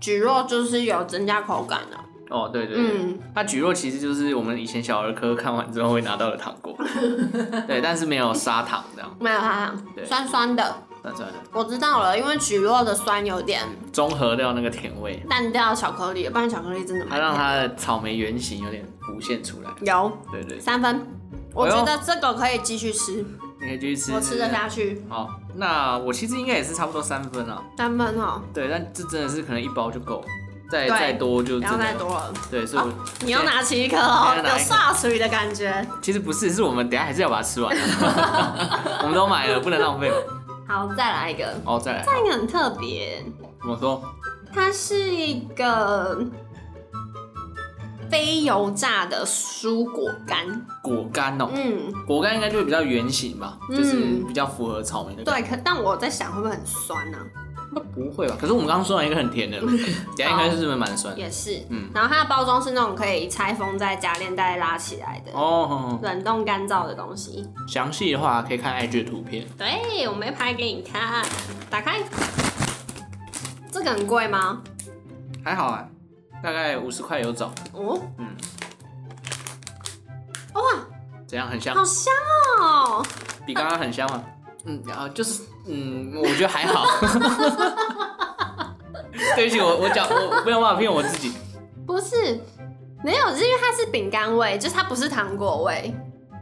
Speaker 2: 菊若就是有增加口感的，
Speaker 1: 哦，对对对，
Speaker 2: 嗯，
Speaker 1: 它菊若其实就是我们以前小儿科看完 之后会拿到的糖果，对，但是没有砂糖这样，
Speaker 2: 没有它
Speaker 1: 对
Speaker 2: 酸酸的，
Speaker 1: 算算的，
Speaker 2: 我知道了，因为曲洛的酸有点
Speaker 1: 中和掉那个甜味，
Speaker 2: 淡掉巧克力，不然巧克力真的
Speaker 1: 它
Speaker 2: 蛮
Speaker 1: 让它的草莓原型有点浮现出来。
Speaker 2: 有
Speaker 1: 对对，哎
Speaker 2: 三分。我觉得这个可以继续吃，
Speaker 1: 你可以继续吃。
Speaker 2: 我吃得下去。
Speaker 1: 好，那我其实应该也是差不多三分啊了。
Speaker 2: 三分哦，
Speaker 1: 对，但这真的是可能一包就够，再
Speaker 2: 对
Speaker 1: 再多就
Speaker 2: 不
Speaker 1: 真
Speaker 2: 要
Speaker 1: 的
Speaker 2: 再多了。
Speaker 1: 对，所以我、
Speaker 2: 你又
Speaker 1: 现在
Speaker 2: 拿起一颗哦，
Speaker 1: 现在
Speaker 2: 有
Speaker 1: 拿一颗
Speaker 2: 刷水的感觉。
Speaker 1: 其实不是，是我们等一下还是要把它吃完。 我们都买了，不能浪费嘛。
Speaker 2: 好，再来一个，
Speaker 1: 哦，再来，
Speaker 2: 这个很特别，
Speaker 1: 怎么说？
Speaker 2: 它是一个非油炸的蔬果干。
Speaker 1: 果干哦，
Speaker 2: 嗯，
Speaker 1: 果干应该就会比较圆形吧，
Speaker 2: 嗯
Speaker 1: 就是比较符合草莓的。，
Speaker 2: 对，可但我在想会不会很酸呢、
Speaker 1: 那不会吧？可是我们刚刚说完一个很甜 的，等一下应该是蛮酸的。
Speaker 2: 也是，
Speaker 1: 嗯
Speaker 2: 然后它的包装是那种可以拆封再夹链袋拉起来的，
Speaker 1: 哦，
Speaker 2: 冷冻干燥的东西。
Speaker 1: 详细的话可以看爱剧的图片，
Speaker 2: 对，我没拍给你看，打开。这个很贵吗？
Speaker 1: 还好啊，大概五十块有找。
Speaker 2: 哦，
Speaker 1: 嗯，
Speaker 2: 哇，
Speaker 1: 怎样？很香
Speaker 2: 好，香哦！
Speaker 1: 比刚刚很香吗？嗯，然、后就是，嗯，我觉得还 好。对不起，我我讲我没有办法骗我自己。
Speaker 2: 不是，没有，是因为它是饼干味，就是它不是糖果味，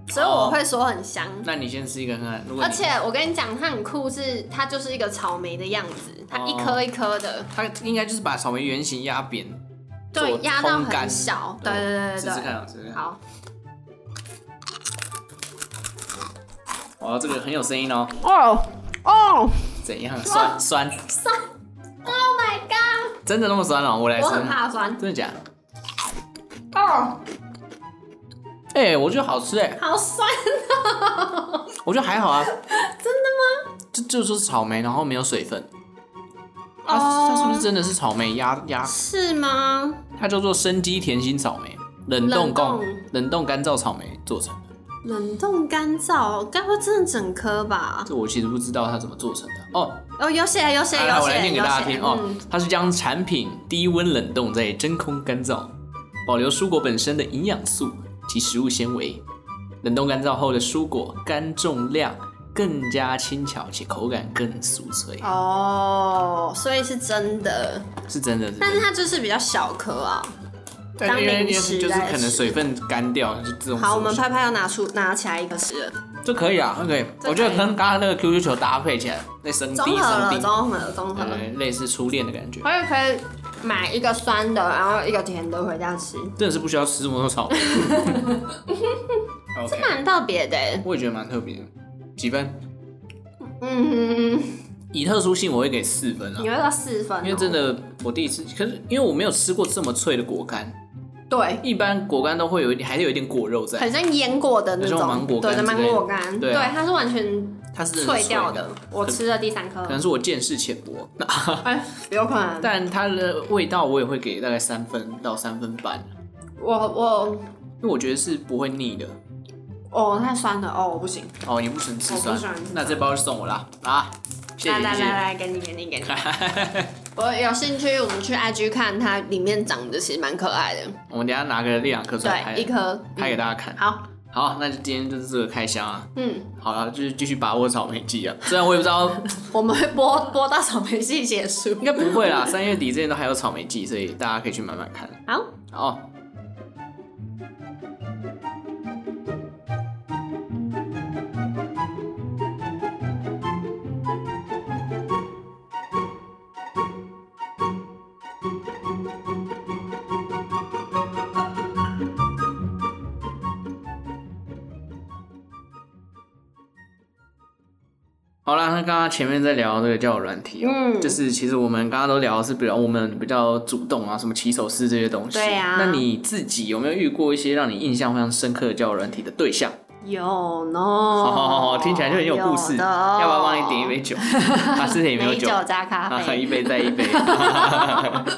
Speaker 2: 所以我会说很香。
Speaker 1: 那你先吃一个看看，如果
Speaker 2: 而
Speaker 1: 你
Speaker 2: 且我哦跟你讲，它很酷是，它就是一个草莓的样子，它一颗一颗的，
Speaker 1: 它应该就是把草莓原型压扁，
Speaker 2: 对
Speaker 1: 做，
Speaker 2: 压到
Speaker 1: 烘干
Speaker 2: 很小。对对对
Speaker 1: 试试
Speaker 2: 对对，
Speaker 1: 看啊，试试看。
Speaker 2: 好，
Speaker 1: 哇，这个很有声音哦，
Speaker 2: 哦哦
Speaker 1: 怎样？酸酸，
Speaker 2: ，Oh my god！
Speaker 1: 真的那么酸哦？我来吃
Speaker 2: 我，很怕酸。
Speaker 1: 真的假的？
Speaker 2: 哦，
Speaker 1: 哎、我觉得好吃哎、
Speaker 2: 好酸哦！
Speaker 1: 我觉得还好 啊。真的吗？这就就是草莓，然后没有水分。它
Speaker 2: 哦
Speaker 1: 它是不是真的是草莓压压？
Speaker 2: 是吗？
Speaker 1: 它叫做生机甜心草莓，冷冻
Speaker 2: 冷冻
Speaker 1: 干冷冻干燥草莓做成的。
Speaker 2: 冷冻干燥，该不会真的整颗吧？
Speaker 1: 这我其实不知道它怎么做成的哦。
Speaker 2: 哦，有写有写有
Speaker 1: 来来，
Speaker 2: 写，
Speaker 1: 我来
Speaker 2: 有
Speaker 1: 念给
Speaker 2: 写
Speaker 1: 大家听哦
Speaker 2: 嗯。
Speaker 1: 它是将产品低温冷冻，再真空干燥，保留蔬果本身的营养素及食物纤维。冷冻干燥后的蔬果干重量更加轻巧，且口感更酥脆，
Speaker 2: 哦，所以是真的，
Speaker 1: 是真的。是真的
Speaker 2: 但是它就是比较小颗啊。
Speaker 1: 但
Speaker 2: 当
Speaker 1: 因为
Speaker 2: 零食
Speaker 1: 就是
Speaker 2: 来
Speaker 1: 可能
Speaker 2: 吃
Speaker 1: 水分干掉，就这种。
Speaker 2: 好，我们拍拍要拿出拿起来一个吃了，
Speaker 1: 这可以啊，可以。
Speaker 2: 这
Speaker 1: 我觉得
Speaker 2: 可以
Speaker 1: 跟刚刚那个 QQ 球搭配起来，那生地
Speaker 2: 综合
Speaker 1: 生
Speaker 2: 了，
Speaker 1: 地，
Speaker 2: 综合了，综合了。
Speaker 1: 对，类似初恋的感觉，
Speaker 2: 我也可以买一个酸的，然后一个甜的回家吃，
Speaker 1: 真的是不需要吃这么多草莓。OK，
Speaker 2: 蛮特别的欸。
Speaker 1: 我也觉得蛮特别的。几分？
Speaker 2: 嗯，
Speaker 1: 以特殊性我会给四分啊
Speaker 2: 你，会到四分哦、
Speaker 1: 因为真的我第一次，可是因为我没有吃过这么脆的果干，
Speaker 2: 对，
Speaker 1: 一般果干都会有一点，还是有一点果肉在，
Speaker 2: 很像腌过的那
Speaker 1: 很
Speaker 2: 种
Speaker 1: 像芒果
Speaker 2: 对
Speaker 1: 干之类
Speaker 2: 的芒
Speaker 1: 的
Speaker 2: 果干，
Speaker 1: 对啊
Speaker 2: 它是完全
Speaker 1: 它是真的
Speaker 2: 脆
Speaker 1: 是
Speaker 2: 掉
Speaker 1: 的
Speaker 2: 的。。我吃了第三颗
Speaker 1: 可，能是我见识浅薄，那
Speaker 2: 哎，有可能。
Speaker 1: 但它的味道我也会给大概三分到三分半，
Speaker 2: 我我
Speaker 1: 因为我觉得是不会腻的。
Speaker 2: 哦，太酸了哦，我不行。
Speaker 1: 哦，你不喜欢吃
Speaker 2: 我不
Speaker 1: 酸，
Speaker 2: 喜欢吃酸
Speaker 1: 那这包就送我啦啊！谢谢
Speaker 2: 来来
Speaker 1: 谢
Speaker 2: 来
Speaker 1: 谢。
Speaker 2: 来，给你给你给你。我有兴趣，我们去 IG 看它里面长得其实蛮可爱的，
Speaker 1: 我们等一下拿个一两颗出来拍
Speaker 2: 对，一颗。
Speaker 1: 拍给大家看。
Speaker 2: 好，
Speaker 1: 好，那就今天就是这个开箱啊。
Speaker 2: 嗯，
Speaker 1: 好了，就是继续把握草莓季啊。虽然我也不知道，
Speaker 2: 我们会播播到草莓季结束。
Speaker 1: 应该不会啦，三月底之前都还有草莓季，所以大家可以去买买看。
Speaker 2: 好。
Speaker 1: 好，好啦，那刚刚前面在聊这个交友软体、哦，
Speaker 2: 嗯
Speaker 1: 就是其实我们刚刚都聊的是，比如我们比较主动啊，什么起手式这些东西。
Speaker 2: 对啊
Speaker 1: 那你自己有没有遇过一些让你印象非常深刻的交友软体的对象？
Speaker 2: 有呢，
Speaker 1: 哦，听起来就很有故事。
Speaker 2: 的
Speaker 1: 要不要帮你点一杯酒？啊他之前也没有
Speaker 2: 美
Speaker 1: 酒，
Speaker 2: 酒加 咖
Speaker 1: 啊，
Speaker 2: 啡？
Speaker 1: 一杯再一杯，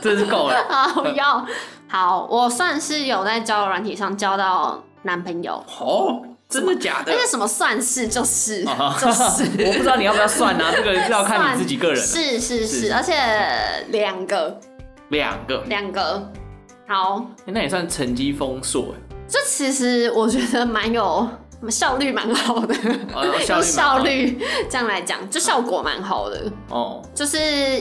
Speaker 1: 这是够了。
Speaker 2: 好要好，我算是有在交友软体上交到男朋友，
Speaker 1: 哦，真的假的
Speaker 2: 而？且什么算是就是
Speaker 1: 啊
Speaker 2: 就是。
Speaker 1: 我不知道你要不要算啊，这个是要看你自己个人。
Speaker 2: 是是
Speaker 1: 是
Speaker 2: 是，而且两个
Speaker 1: 两个，
Speaker 2: 两个，好，
Speaker 1: 那也算成绩丰硕哎。
Speaker 2: 这其实我觉得蛮有什么效率蛮好的，
Speaker 1: 哦效率蛮好
Speaker 2: 用效率这样来讲，就效果蛮好的。
Speaker 1: 哦，
Speaker 2: 就是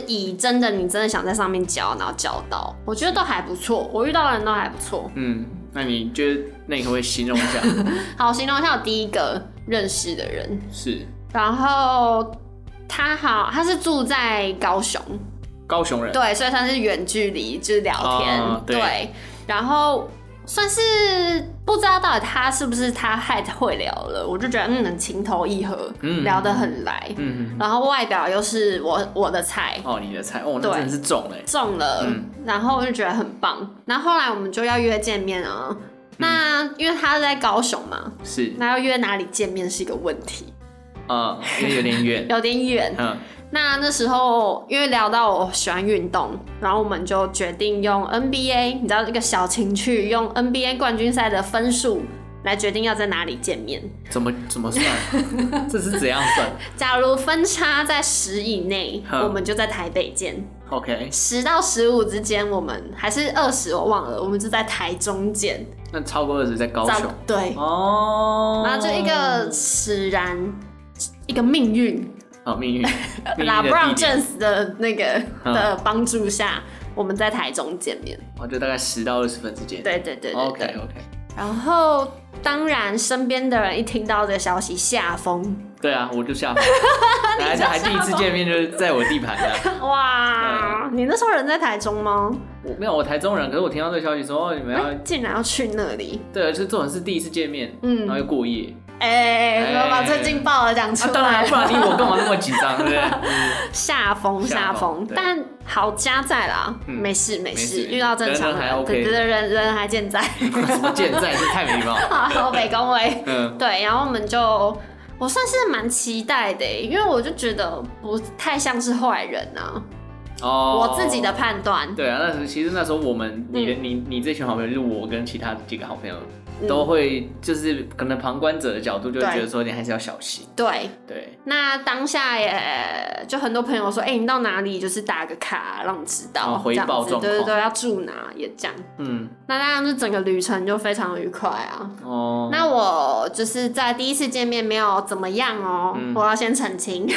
Speaker 2: 以真的你真的想在上面教，然后教到，我觉得都还不错，我遇到的人都还不错。
Speaker 1: 嗯，那你觉得那你可不可以形容一 下？
Speaker 2: 好，形容一下我第一个认识的人，
Speaker 1: 是
Speaker 2: 然后他好，他是住在高雄，
Speaker 1: 高雄人，
Speaker 2: 对，所以算是远距离就是聊天，
Speaker 1: 哦对
Speaker 2: 对，然后算是不知道到底他是不是他太会聊了，我就觉得嗯情投意合，
Speaker 1: 嗯
Speaker 2: 聊得很来，
Speaker 1: 嗯，嗯
Speaker 2: 然后外表又是我我的菜，
Speaker 1: 哦，你的菜，哦，那
Speaker 2: 对
Speaker 1: 真的是中嘞，
Speaker 2: 中了，
Speaker 1: 嗯
Speaker 2: 然后我就觉得很棒。然后后来我们就要约见面啊。
Speaker 1: 嗯
Speaker 2: 那因为他在高雄嘛，
Speaker 1: 是，
Speaker 2: 那要约哪里见面是一个问题，
Speaker 1: 嗯，因为有点远，
Speaker 2: 有点远。
Speaker 1: 嗯，
Speaker 2: 那那时候因为聊到我喜欢运动，然后我们就决定用 NBA，你知道这个小情趣，用 NBA 冠军赛的分数来决定要在哪里见面。
Speaker 1: 怎么怎么算？这是怎样算
Speaker 2: 假如分差在十以内，
Speaker 1: 嗯
Speaker 2: 我们就在台北见。
Speaker 1: ？OK，
Speaker 2: 十到十五之间，我们还是二十，我忘了，我们就在台中见。
Speaker 1: 那超过二十在高
Speaker 2: 在
Speaker 1: 雄，
Speaker 2: 对，
Speaker 1: 哦，
Speaker 2: 然后就一个使然，一个命运
Speaker 1: 哦命 运，命运
Speaker 2: 拉
Speaker 1: 的
Speaker 2: 布
Speaker 1: 地
Speaker 2: 朗
Speaker 1: 点，
Speaker 2: James 的那个
Speaker 1: 嗯
Speaker 2: 的帮助下，我们在台中见面。
Speaker 1: 哦，就大概十到二十分之间，
Speaker 2: 对对对对
Speaker 1: ，OK
Speaker 2: 对。
Speaker 1: OK，
Speaker 2: 然后当然，身边的人一听到这个消息，吓疯，
Speaker 1: 对啊，我就下班，还
Speaker 2: 就
Speaker 1: 还第一次
Speaker 2: 下班
Speaker 1: 见面就是在我地盘的，
Speaker 2: 哇！你那时候人在台中吗？
Speaker 1: 我没有我台中人，可是我听到这个消息说哦你们
Speaker 2: 哎
Speaker 1: 要，
Speaker 2: 竟然要去那里？
Speaker 1: 对，就这种是第一次见面，
Speaker 2: 嗯
Speaker 1: 然后又过夜，
Speaker 2: 哎，
Speaker 1: 哎
Speaker 2: 我要把最劲爆的讲
Speaker 1: 啊
Speaker 2: 出
Speaker 1: 当
Speaker 2: 来
Speaker 1: 然，不然你我干嘛那么紧张，对不对？
Speaker 2: 下风
Speaker 1: 下
Speaker 2: 下
Speaker 1: 风
Speaker 2: 风，
Speaker 1: 对
Speaker 2: 但好家在啦，
Speaker 1: 嗯
Speaker 2: 没事没
Speaker 1: 没
Speaker 2: 事，
Speaker 1: 事
Speaker 2: 遇到正常
Speaker 1: 人还 OK
Speaker 2: 对对对，人人还健在，
Speaker 1: 什么健在是太没礼貌，
Speaker 2: 好北宫威，
Speaker 1: 嗯，
Speaker 2: 对，然后我们就。我算是蛮期待的欸耶，因为我就觉得不太像是坏人啊，
Speaker 1: 哦
Speaker 2: 我自己的。判断。
Speaker 1: 对啊，那时候其实那时候我们你的、
Speaker 2: 嗯
Speaker 1: 你你这群好朋友，就是我跟其他几个好朋友，都会就是可能旁观者的角度就会
Speaker 2: 对
Speaker 1: 觉得说你还是要小心，
Speaker 2: 对，
Speaker 1: 对，
Speaker 2: 那当下也就很多朋友说，哎、你到哪里就是打个卡，让我知道、
Speaker 1: 哦回
Speaker 2: 这样
Speaker 1: 报
Speaker 2: 子
Speaker 1: 状况
Speaker 2: 对对对，要住哪也这样。
Speaker 1: 嗯，
Speaker 2: 那当然，就整个旅程就非常愉快啊。
Speaker 1: 哦，
Speaker 2: 那我就是在第一次见面没有怎么样哦，
Speaker 1: 嗯
Speaker 2: 我要先澄 清，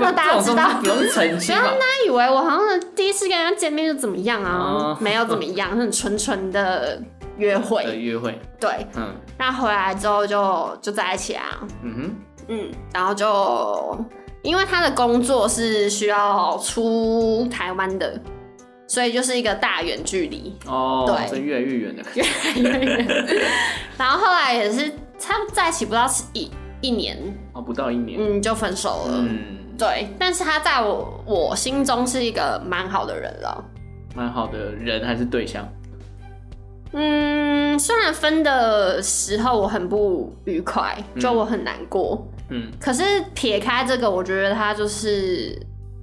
Speaker 2: 让大家
Speaker 1: 这
Speaker 2: 知
Speaker 1: 种东西。
Speaker 2: 道
Speaker 1: 不用澄清 吧？
Speaker 2: 他以为我好像第一次跟人家见面就怎么样啊
Speaker 1: 哦，
Speaker 2: 没有怎么样，很纯纯的约
Speaker 1: 的
Speaker 2: 会。
Speaker 1: 约会，
Speaker 2: 对，
Speaker 1: 嗯
Speaker 2: 那回来之后就就在一起啊，
Speaker 1: 嗯哼，
Speaker 2: 嗯，然后就嗯因为他的工作是需要出台湾的，所以就是一个大远距离，
Speaker 1: 哦，
Speaker 2: 对
Speaker 1: 这越来越远了，
Speaker 2: 然后后来也是他们在一起不到一一年，
Speaker 1: 哦，不到一年，
Speaker 2: 嗯，就分手了。
Speaker 1: 嗯，
Speaker 2: 对，但是他在我我心中是一个蛮好的人了。
Speaker 1: 蛮好的人还是对象，
Speaker 2: 嗯，虽然分的时候我很不愉快，就我很难过。
Speaker 1: 嗯，
Speaker 2: 可是撇开这个，我觉得他就是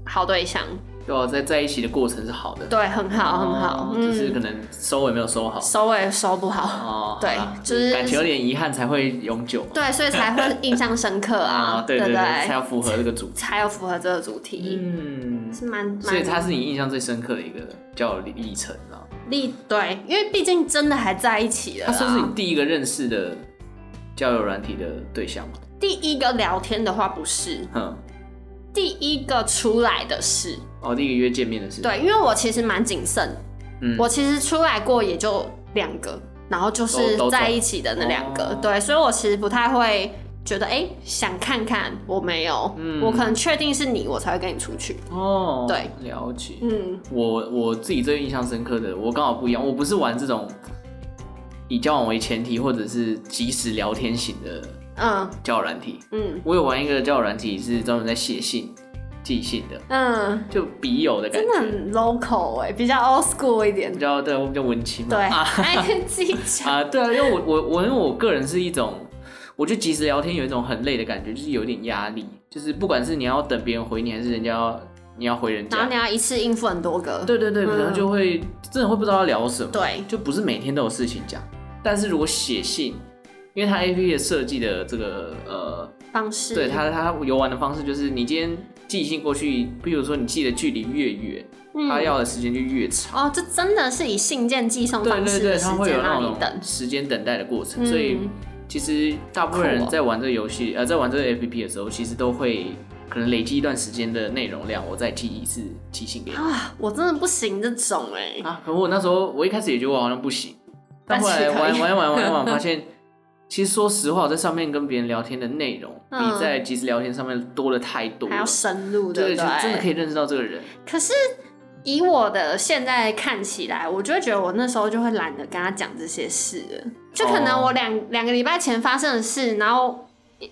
Speaker 2: 好对象，
Speaker 1: 对啊，在在一起的过程是好的，
Speaker 2: 对，很好，很好
Speaker 1: 哦。
Speaker 2: 嗯，
Speaker 1: 只是可能收尾没有收好，
Speaker 2: 收尾收不好，
Speaker 1: 哦，
Speaker 2: 对
Speaker 1: 好啦
Speaker 2: 就是
Speaker 1: 感情有点遗憾才会永久嘛，
Speaker 2: 对，所以才会印象深 刻啊，
Speaker 1: 哦对
Speaker 2: 不
Speaker 1: 对，才要
Speaker 2: 对？
Speaker 1: 符合这个主题，
Speaker 2: 才有符合这个主题，
Speaker 1: 嗯，
Speaker 2: 是蛮蛮。
Speaker 1: 所以它是你印象最深刻的一个叫历程啊，
Speaker 2: 历对，因为毕竟真的还在一起了啊
Speaker 1: 它
Speaker 2: 啦。
Speaker 1: 算是你第一个认识的交友软体的对象嘛？
Speaker 2: 第一个聊天的话不是，
Speaker 1: 哼，
Speaker 2: 第一个出来的是
Speaker 1: 哦，第一个约见面的是，，
Speaker 2: 对，因为我其实蛮谨慎，
Speaker 1: 嗯
Speaker 2: 我其实出来过也就两个，然后就是
Speaker 1: 都都走
Speaker 2: 在一起的那两个，
Speaker 1: 哦
Speaker 2: 对，所以我其实不太会觉得哎、诶想看看，我没有，
Speaker 1: 嗯
Speaker 2: 我可能确定是你，我才会跟你出去，
Speaker 1: 哦，
Speaker 2: 对，
Speaker 1: 了解。
Speaker 2: 嗯，
Speaker 1: 我我自己最印象深刻的，我刚好不一样，我不是玩这种以交往为前提或者是即时聊天型的
Speaker 2: 嗯
Speaker 1: 交友软体，
Speaker 2: 嗯
Speaker 1: 我有玩一个交友软体是专门在写信、寄信的，
Speaker 2: 嗯，
Speaker 1: 就笔友的感
Speaker 2: 真的
Speaker 1: 觉，
Speaker 2: 很 local 哎、比较 old school 一点
Speaker 1: 比，较对我比较文青嘛，
Speaker 2: 对，
Speaker 1: 啊
Speaker 2: 哎，自己 讲，
Speaker 1: 啊，对啊，因为我我我因为我个人是一种，我觉得即时聊天有一种很累的感觉，就是有点压力，就是不管是你要等别人回你，还是人家要你要回人
Speaker 2: 然后
Speaker 1: 家
Speaker 2: 你，要一次应付很多个，
Speaker 1: 对对对，可能
Speaker 2: 嗯
Speaker 1: 就会真的会不知道要聊什么，
Speaker 2: 对
Speaker 1: 就不是每天都有事情讲。但是如果写信，因为它 A P P 的设计的这个呃，
Speaker 2: 方式，
Speaker 1: 对它它游玩的方式就是你今天寄信过去，比如说你寄的距离越远，它
Speaker 2: 嗯
Speaker 1: 要的时间就越长。
Speaker 2: 哦，这真的是以信件寄送
Speaker 1: 对
Speaker 2: 方
Speaker 1: 对
Speaker 2: 式
Speaker 1: 对，
Speaker 2: 的时
Speaker 1: 它会有
Speaker 2: 间啊
Speaker 1: 那
Speaker 2: 让你等
Speaker 1: 种，时间等待的过程，
Speaker 2: 嗯
Speaker 1: 所以其实大部分
Speaker 2: 好
Speaker 1: 人
Speaker 2: 酷哦
Speaker 1: 在玩这个游戏，呃，在玩这个 APP 的时候，其实都会可能累积一段时间的内容量，我再提一次提醒给你
Speaker 2: 啊，我真的不行这种哎、
Speaker 1: 啊。可我那时候我一开始也觉得我好像不行，但
Speaker 2: 但
Speaker 1: 后来
Speaker 2: 其实可
Speaker 1: 玩
Speaker 2: 以
Speaker 1: 玩一玩玩一玩，发 现其实说实话，我在上面跟别人聊天的内容，
Speaker 2: 嗯
Speaker 1: 比在即时聊天上面多了太多了，
Speaker 2: 还要深入，对
Speaker 1: 对，
Speaker 2: 不
Speaker 1: 就
Speaker 2: 对？
Speaker 1: 真的可以认识到这个人。
Speaker 2: 可是以我的现在看起来，我就会觉得我那时候就会懒得跟他讲这些事了，就可能
Speaker 1: 哦
Speaker 2: 我两两、个礼拜前发生的事，然后。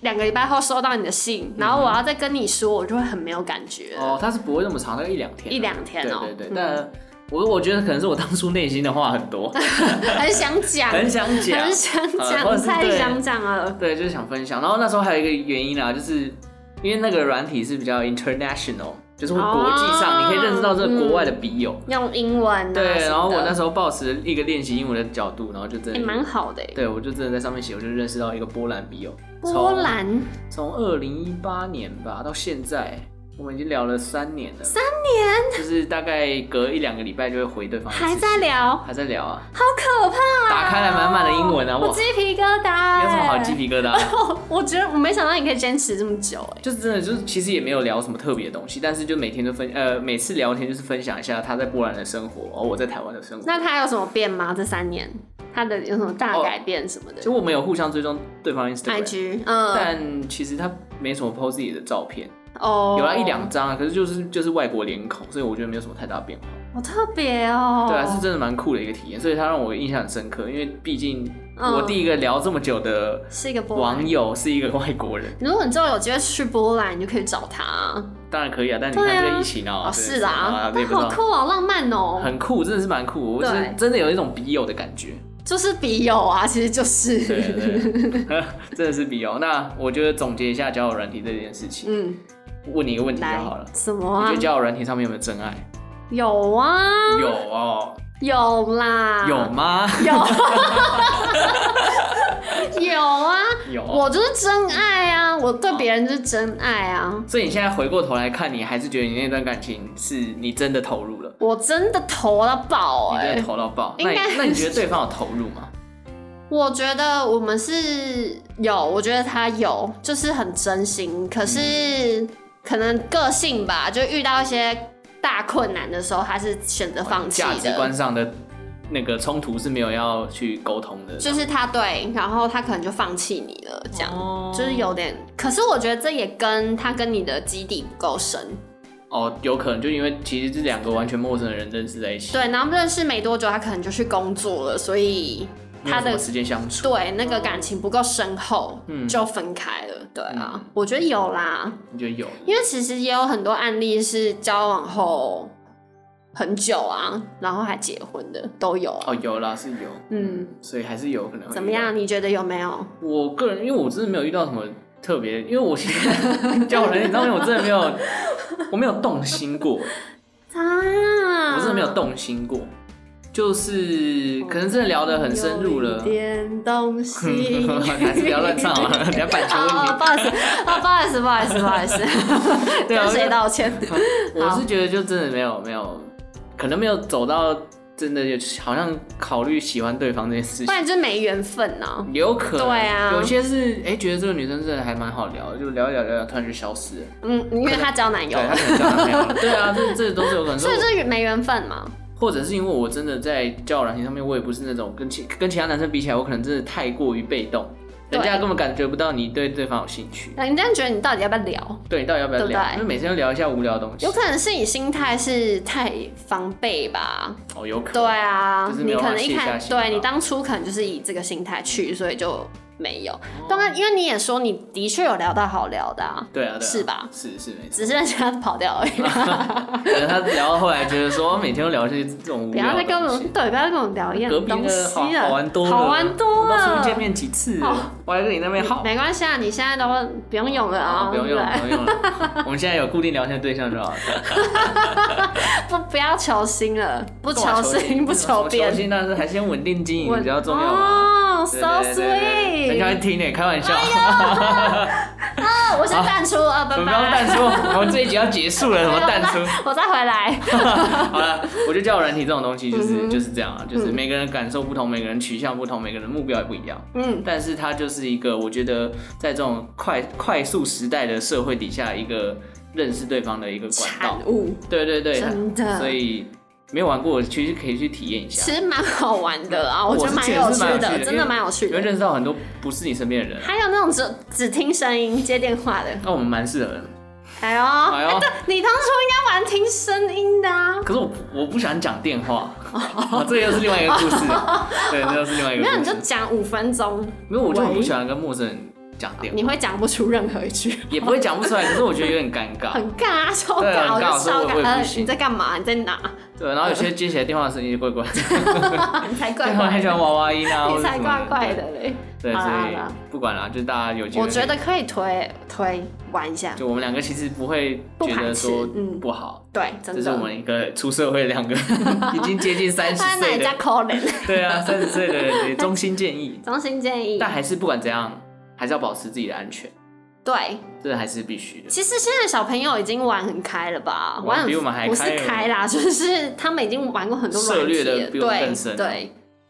Speaker 2: 两个礼拜后收到你的信，然后我要再跟你说，我就会很没有感觉了。
Speaker 1: 嗯哦，他是不会那么长，大概一两天啊，
Speaker 2: 一两天哦
Speaker 1: 对对对
Speaker 2: 嗯，
Speaker 1: 但我我觉得可能是我当初内心的话很多，
Speaker 2: 很想讲，
Speaker 1: 很想讲，
Speaker 2: 很想
Speaker 1: 呃或
Speaker 2: 讲，
Speaker 1: 者是
Speaker 2: 太
Speaker 1: 对
Speaker 2: 想讲了。
Speaker 1: 对，就是想分享。然后那时候还有一个原因啊，就是因为那个软体是比较 international，就是会国际上，
Speaker 2: 哦嗯
Speaker 1: 你可以认识到这个国外的笔友。
Speaker 2: 用英文、啊、
Speaker 1: 对，然后我那
Speaker 2: 候
Speaker 1: 时候抱持一个练习英文的角度，然后就真的，
Speaker 2: 也欸蛮、好的耶。
Speaker 1: 对我就真的在上面写，我就认识到一个波兰笔友。
Speaker 2: 波兰
Speaker 1: 从二零一八年吧到现在，我们已经聊了三年了。三年，就是大概隔一两个礼拜就会回对方一次
Speaker 2: 还在聊，
Speaker 1: 还在聊啊，
Speaker 2: 好可怕啊！
Speaker 1: 打开来满满的英文啊，哇
Speaker 2: 我，鸡皮疙瘩。欸
Speaker 1: 有什么好鸡？皮疙瘩？
Speaker 2: 我觉得我没想到你可以坚持这么久哎。
Speaker 1: 就是真的，就是其实也没有聊什么特别的东西，但是就每天都分呃，每次聊天就是分享一下他在波兰的生活，而我在台湾的生活。
Speaker 2: 那他有什么变吗？这三年他的有什么大改变什么的、
Speaker 1: 就我们有互相追踪对方
Speaker 2: i
Speaker 1: Instagram，
Speaker 2: g 嗯，
Speaker 1: 但其实他没什么 po 自己的照片，
Speaker 2: 哦，
Speaker 1: 有了一两张啊，可是就是就是外国脸孔，所以我觉得没有什么太大变化。
Speaker 2: 好特别哦。
Speaker 1: 对啊，是真的蛮酷的一个体验，所以他让我印象很深刻，因为毕竟
Speaker 2: 嗯
Speaker 1: 我第一个聊这么久的
Speaker 2: 是一个波兰
Speaker 1: 网。友是一个外国人，
Speaker 2: 如果你之后有机会去波兰，你就可以找他。
Speaker 1: 当然可以啊，但你
Speaker 2: 对
Speaker 1: 看
Speaker 2: 啊
Speaker 1: 这个疫情啊，
Speaker 2: 哦，
Speaker 1: 对
Speaker 2: 是啦
Speaker 1: 啊，，也
Speaker 2: 但
Speaker 1: 不知
Speaker 2: 好
Speaker 1: 道
Speaker 2: 酷哦，浪漫哦，
Speaker 1: 很酷，真的是蛮酷，我
Speaker 2: 对
Speaker 1: 是真的有一种笔友的感觉，
Speaker 2: 就是笔友啊，其实就是。
Speaker 1: 对对 对，真的是笔友。那我觉得总结一下交友软体这件事情，
Speaker 2: 嗯，
Speaker 1: 问你一个问题就
Speaker 2: 来
Speaker 1: 好了，
Speaker 2: 什么
Speaker 1: 你觉
Speaker 2: 啊
Speaker 1: 得？交友软体上面有没有真爱？
Speaker 2: 有啊，
Speaker 1: 有哦，
Speaker 2: 有啦，
Speaker 1: 有 吗？
Speaker 2: 有有啊，
Speaker 1: 有。
Speaker 2: 我就是真爱啊，我对别人就是真爱啊。
Speaker 1: 所以你现在回过头来看，你还是觉得你那段感情是你真的投入了。
Speaker 2: 我真的投到爆
Speaker 1: 你
Speaker 2: 哎、
Speaker 1: 真的投到爆。那
Speaker 2: 应
Speaker 1: 你
Speaker 2: 该
Speaker 1: 那你觉得对方有投入吗？
Speaker 2: 我觉得我们是有，我觉得他有，就是很真心。可
Speaker 1: 嗯
Speaker 2: 是可能个性吧，就遇到一些大困难的时候，他是选择放弃
Speaker 1: 价值观
Speaker 2: 的。
Speaker 1: 上的那个冲突是没有要去沟通的，
Speaker 2: 就是他对，然后他可能就放弃你了，这样、
Speaker 1: 哦
Speaker 2: 就是有点。可是我觉得这也跟他跟你的基底不够深，
Speaker 1: 哦，有可能就因为其实是两个完全陌生的人认识在一起，
Speaker 2: 对。然后认识没多久，他可能就去工作了，所以
Speaker 1: 没有
Speaker 2: 他
Speaker 1: 什
Speaker 2: 的
Speaker 1: 么时间相处。
Speaker 2: 对那个感情不够深厚，
Speaker 1: 嗯
Speaker 2: 就分开了。对啊，
Speaker 1: 嗯
Speaker 2: 我觉得有啦。
Speaker 1: 你觉得有？
Speaker 2: 因为其实也有很多案例是交往后很久啊，然后还结婚的都有啊。
Speaker 1: 哦，有啦，是有，
Speaker 2: 嗯，
Speaker 1: 所以还是有可能。
Speaker 2: 怎么样？？你觉得有没有？
Speaker 1: 我个人，因为我真的没有遇到什么特别，因为我其 实交友软件上面我真的没有，我没有动心过，
Speaker 2: 啊
Speaker 1: 我真的没有动心过，就是可能真的聊得很深入了
Speaker 2: 哦有一。点 东西。
Speaker 1: 还是不要乱唱啊， 等下版权 问
Speaker 2: 哦，
Speaker 1: 题。
Speaker 2: 不好意思，哦，不好意思，不好意思，不好意思，
Speaker 1: 对啊
Speaker 2: 跟
Speaker 1: 我
Speaker 2: 谁
Speaker 1: 就
Speaker 2: 道歉？
Speaker 1: 我是觉得就真的没有没有，可能没有走到真的有好像考虑喜欢对方这件事
Speaker 2: 不
Speaker 1: 情，
Speaker 2: 然就没缘分呢。
Speaker 1: 也有可能。
Speaker 2: 对啊
Speaker 1: 有些是哎、觉得这个女生真的还蛮好聊的，就聊一聊聊一聊，突然就消失了。
Speaker 2: 嗯，因为她交男友
Speaker 1: 对，，她可能交男朋友了。 对啊，这这都是有可能。
Speaker 2: 所以这没缘分嘛。
Speaker 1: 或者是因为我真的在交友软件上面，我也不是那种跟其跟其他男生比起来，我可能真的太过于被动，
Speaker 2: 对
Speaker 1: 人家根本感觉不到你对对方有兴趣。
Speaker 2: 人家觉得你到底要不要聊？
Speaker 1: 对你到底要不要
Speaker 2: 对不
Speaker 1: 聊？
Speaker 2: 对
Speaker 1: 因为每天都聊一下无聊的东西
Speaker 2: 有，可能是你心态是太防备吧，
Speaker 1: 哦，有可能。
Speaker 2: 对啊，
Speaker 1: 就是没
Speaker 2: 你
Speaker 1: 有
Speaker 2: 可
Speaker 1: 办法
Speaker 2: 能一
Speaker 1: 卸下
Speaker 2: 开，
Speaker 1: 心
Speaker 2: 对
Speaker 1: 防
Speaker 2: 你当初可能就是以这个心态去，所以就没有。
Speaker 1: 哦
Speaker 2: 当然，因为你也说你的确有聊到好聊的、啊，
Speaker 1: 对啊，对啊，
Speaker 2: 是吧？
Speaker 1: 是是没错，
Speaker 2: 只是人家跑掉而已。
Speaker 1: 啊可能他聊到后来觉得说，每天都聊这些这种无
Speaker 2: 不要
Speaker 1: 聊
Speaker 2: 再
Speaker 1: 的
Speaker 2: 跟我
Speaker 1: 东
Speaker 2: 们
Speaker 1: 西。
Speaker 2: 对，不要再跟我们聊一样
Speaker 1: 隔
Speaker 2: 的
Speaker 1: 壁那
Speaker 2: 东
Speaker 1: 个好
Speaker 2: 西了，
Speaker 1: 好玩多了，
Speaker 2: 好玩多
Speaker 1: 我都出去见
Speaker 2: 了。
Speaker 1: 面几次
Speaker 2: 好
Speaker 1: 了，我还跟你那边好，
Speaker 2: 没关系啊，你现在都不用用了啊，
Speaker 1: 好哦不用用了，
Speaker 2: 对
Speaker 1: 不用用 了。我们现在有固定聊天对象就好了，
Speaker 2: 不不要求新了，不
Speaker 1: 干嘛
Speaker 2: 求新不求
Speaker 1: 求
Speaker 2: 变。
Speaker 1: 心但是还先稳定经营比较重要嘛。
Speaker 2: 哦
Speaker 1: 对
Speaker 2: ，so 哎
Speaker 1: 对对对人家会
Speaker 2: sweet，
Speaker 1: 听呢，开玩笑。
Speaker 2: 啊，我先淡出啊，拜
Speaker 1: 我们
Speaker 2: 拜。
Speaker 1: 不要淡出，我们这一集要结束了， 怎么淡出？
Speaker 2: 哎我再回来。
Speaker 1: 好了，我觉得交友软体这种东西就是、
Speaker 2: 嗯哼
Speaker 1: 就是这样啊，就是每个人感受不同，每个人取向不同，每个人目标也不一样。
Speaker 2: 嗯，
Speaker 1: 但是它就是一个，我觉得在这种快快速时代的社会底下，一个认识对方的一个管道
Speaker 2: 产。物
Speaker 1: 对对对，
Speaker 2: 真的
Speaker 1: 所以没有玩过，其实可以去体验一
Speaker 2: 其
Speaker 1: 下，
Speaker 2: 实蛮好玩的啊，我觉得
Speaker 1: 是
Speaker 2: 蛮
Speaker 1: 觉得哦是
Speaker 2: 趣
Speaker 1: 蛮有
Speaker 2: 的，
Speaker 1: 趣的
Speaker 2: 真的蛮有趣
Speaker 1: 你会认
Speaker 2: 的。
Speaker 1: 识到很多不是你身边的人。
Speaker 2: 还有那种只只听声音接电话的，
Speaker 1: 那我们蛮适合的，
Speaker 2: 哎呦，哎
Speaker 1: 哎呦
Speaker 2: 对，你当初应该玩听声音的啊。
Speaker 1: 可是我我不喜欢讲电话，啊这又是另外一个故 事，对，这又是另外一个
Speaker 2: 哦没有，
Speaker 1: 故
Speaker 2: 你就
Speaker 1: 事。
Speaker 2: 讲五分钟，
Speaker 1: 因为我就很不喜欢跟陌生人讲电话，
Speaker 2: 你会讲不出任何一 句，
Speaker 1: 也不会讲不出来，可是我觉得有点尴尬。
Speaker 2: 很尬啊，超
Speaker 1: 对很
Speaker 2: 尬，
Speaker 1: 尬
Speaker 2: 我就
Speaker 1: 所以
Speaker 2: 超
Speaker 1: 我
Speaker 2: 尬。
Speaker 1: 我也不
Speaker 2: 呃
Speaker 1: 行
Speaker 2: 你在干嘛？你在哪？
Speaker 1: 对，然后有些接起来电话的声音就怪怪的，
Speaker 2: 你才怪
Speaker 1: 然后
Speaker 2: 怪
Speaker 1: 还喜
Speaker 2: 的，
Speaker 1: 欢娃娃音啊，或
Speaker 2: 你
Speaker 1: 者什
Speaker 2: 才
Speaker 1: 么
Speaker 2: 怪
Speaker 1: 的
Speaker 2: 怪。的嘞。
Speaker 1: 对，
Speaker 2: 好
Speaker 1: 所
Speaker 2: 啦好
Speaker 1: 以
Speaker 2: 啦
Speaker 1: 不管啦，就是大家有机会，
Speaker 2: 我觉得可以推推玩一下，
Speaker 1: 就我们两个其实不会
Speaker 2: 不
Speaker 1: 觉
Speaker 2: 排
Speaker 1: 得
Speaker 2: 斥
Speaker 1: 说
Speaker 2: 嗯
Speaker 1: 不好，
Speaker 2: 对，真
Speaker 1: 这是我
Speaker 2: 的。
Speaker 1: 们一个出社会两个已经接近三十
Speaker 2: 他哪
Speaker 1: 岁
Speaker 2: 一家
Speaker 1: 的，
Speaker 2: 可怜？
Speaker 1: 对啊，三十岁的人衷心建议，
Speaker 2: 衷心建议。
Speaker 1: 但还是不管怎样，还是要保持自己的安全，
Speaker 2: 对，
Speaker 1: 这还是必须的。
Speaker 2: 其实现在小朋友已经玩很开了吧？
Speaker 1: 玩
Speaker 2: 很
Speaker 1: 比我们还
Speaker 2: 不是
Speaker 1: 开了
Speaker 2: 开啦，就是他们已经玩过很多
Speaker 1: 涉
Speaker 2: 软
Speaker 1: 猎
Speaker 2: 体
Speaker 1: 得
Speaker 2: 了，
Speaker 1: 比我们
Speaker 2: 对
Speaker 1: 更深啊
Speaker 2: 对。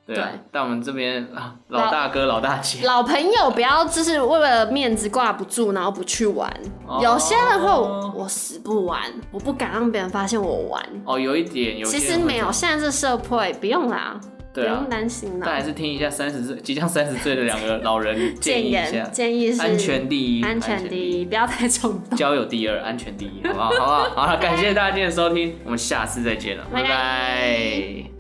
Speaker 1: 对啊
Speaker 2: 对，
Speaker 1: 但我们这边啊，老大哥老大姐，
Speaker 2: 老朋友不要就是为了面子挂不住，然后不去玩。
Speaker 1: 哦
Speaker 2: 有些人会我死不玩，我不敢让别人发现我玩。
Speaker 1: 哦，有一点，有些
Speaker 2: 其实
Speaker 1: 人会
Speaker 2: 没有，现在这社会不用啦，不
Speaker 1: 对啊
Speaker 2: 用担心
Speaker 1: 但还
Speaker 2: 啦。
Speaker 1: 是听一下三十岁即将三十岁的两个老人建议一下
Speaker 2: 言，建议是
Speaker 1: 安全第一，
Speaker 2: 安全第
Speaker 1: 一，
Speaker 2: 一，不要太冲动。
Speaker 1: 交友第二，安全第一，好不好？好不好？好了，感谢大家今天的收听，我们下次再见了，拜
Speaker 2: 拜
Speaker 1: 拜。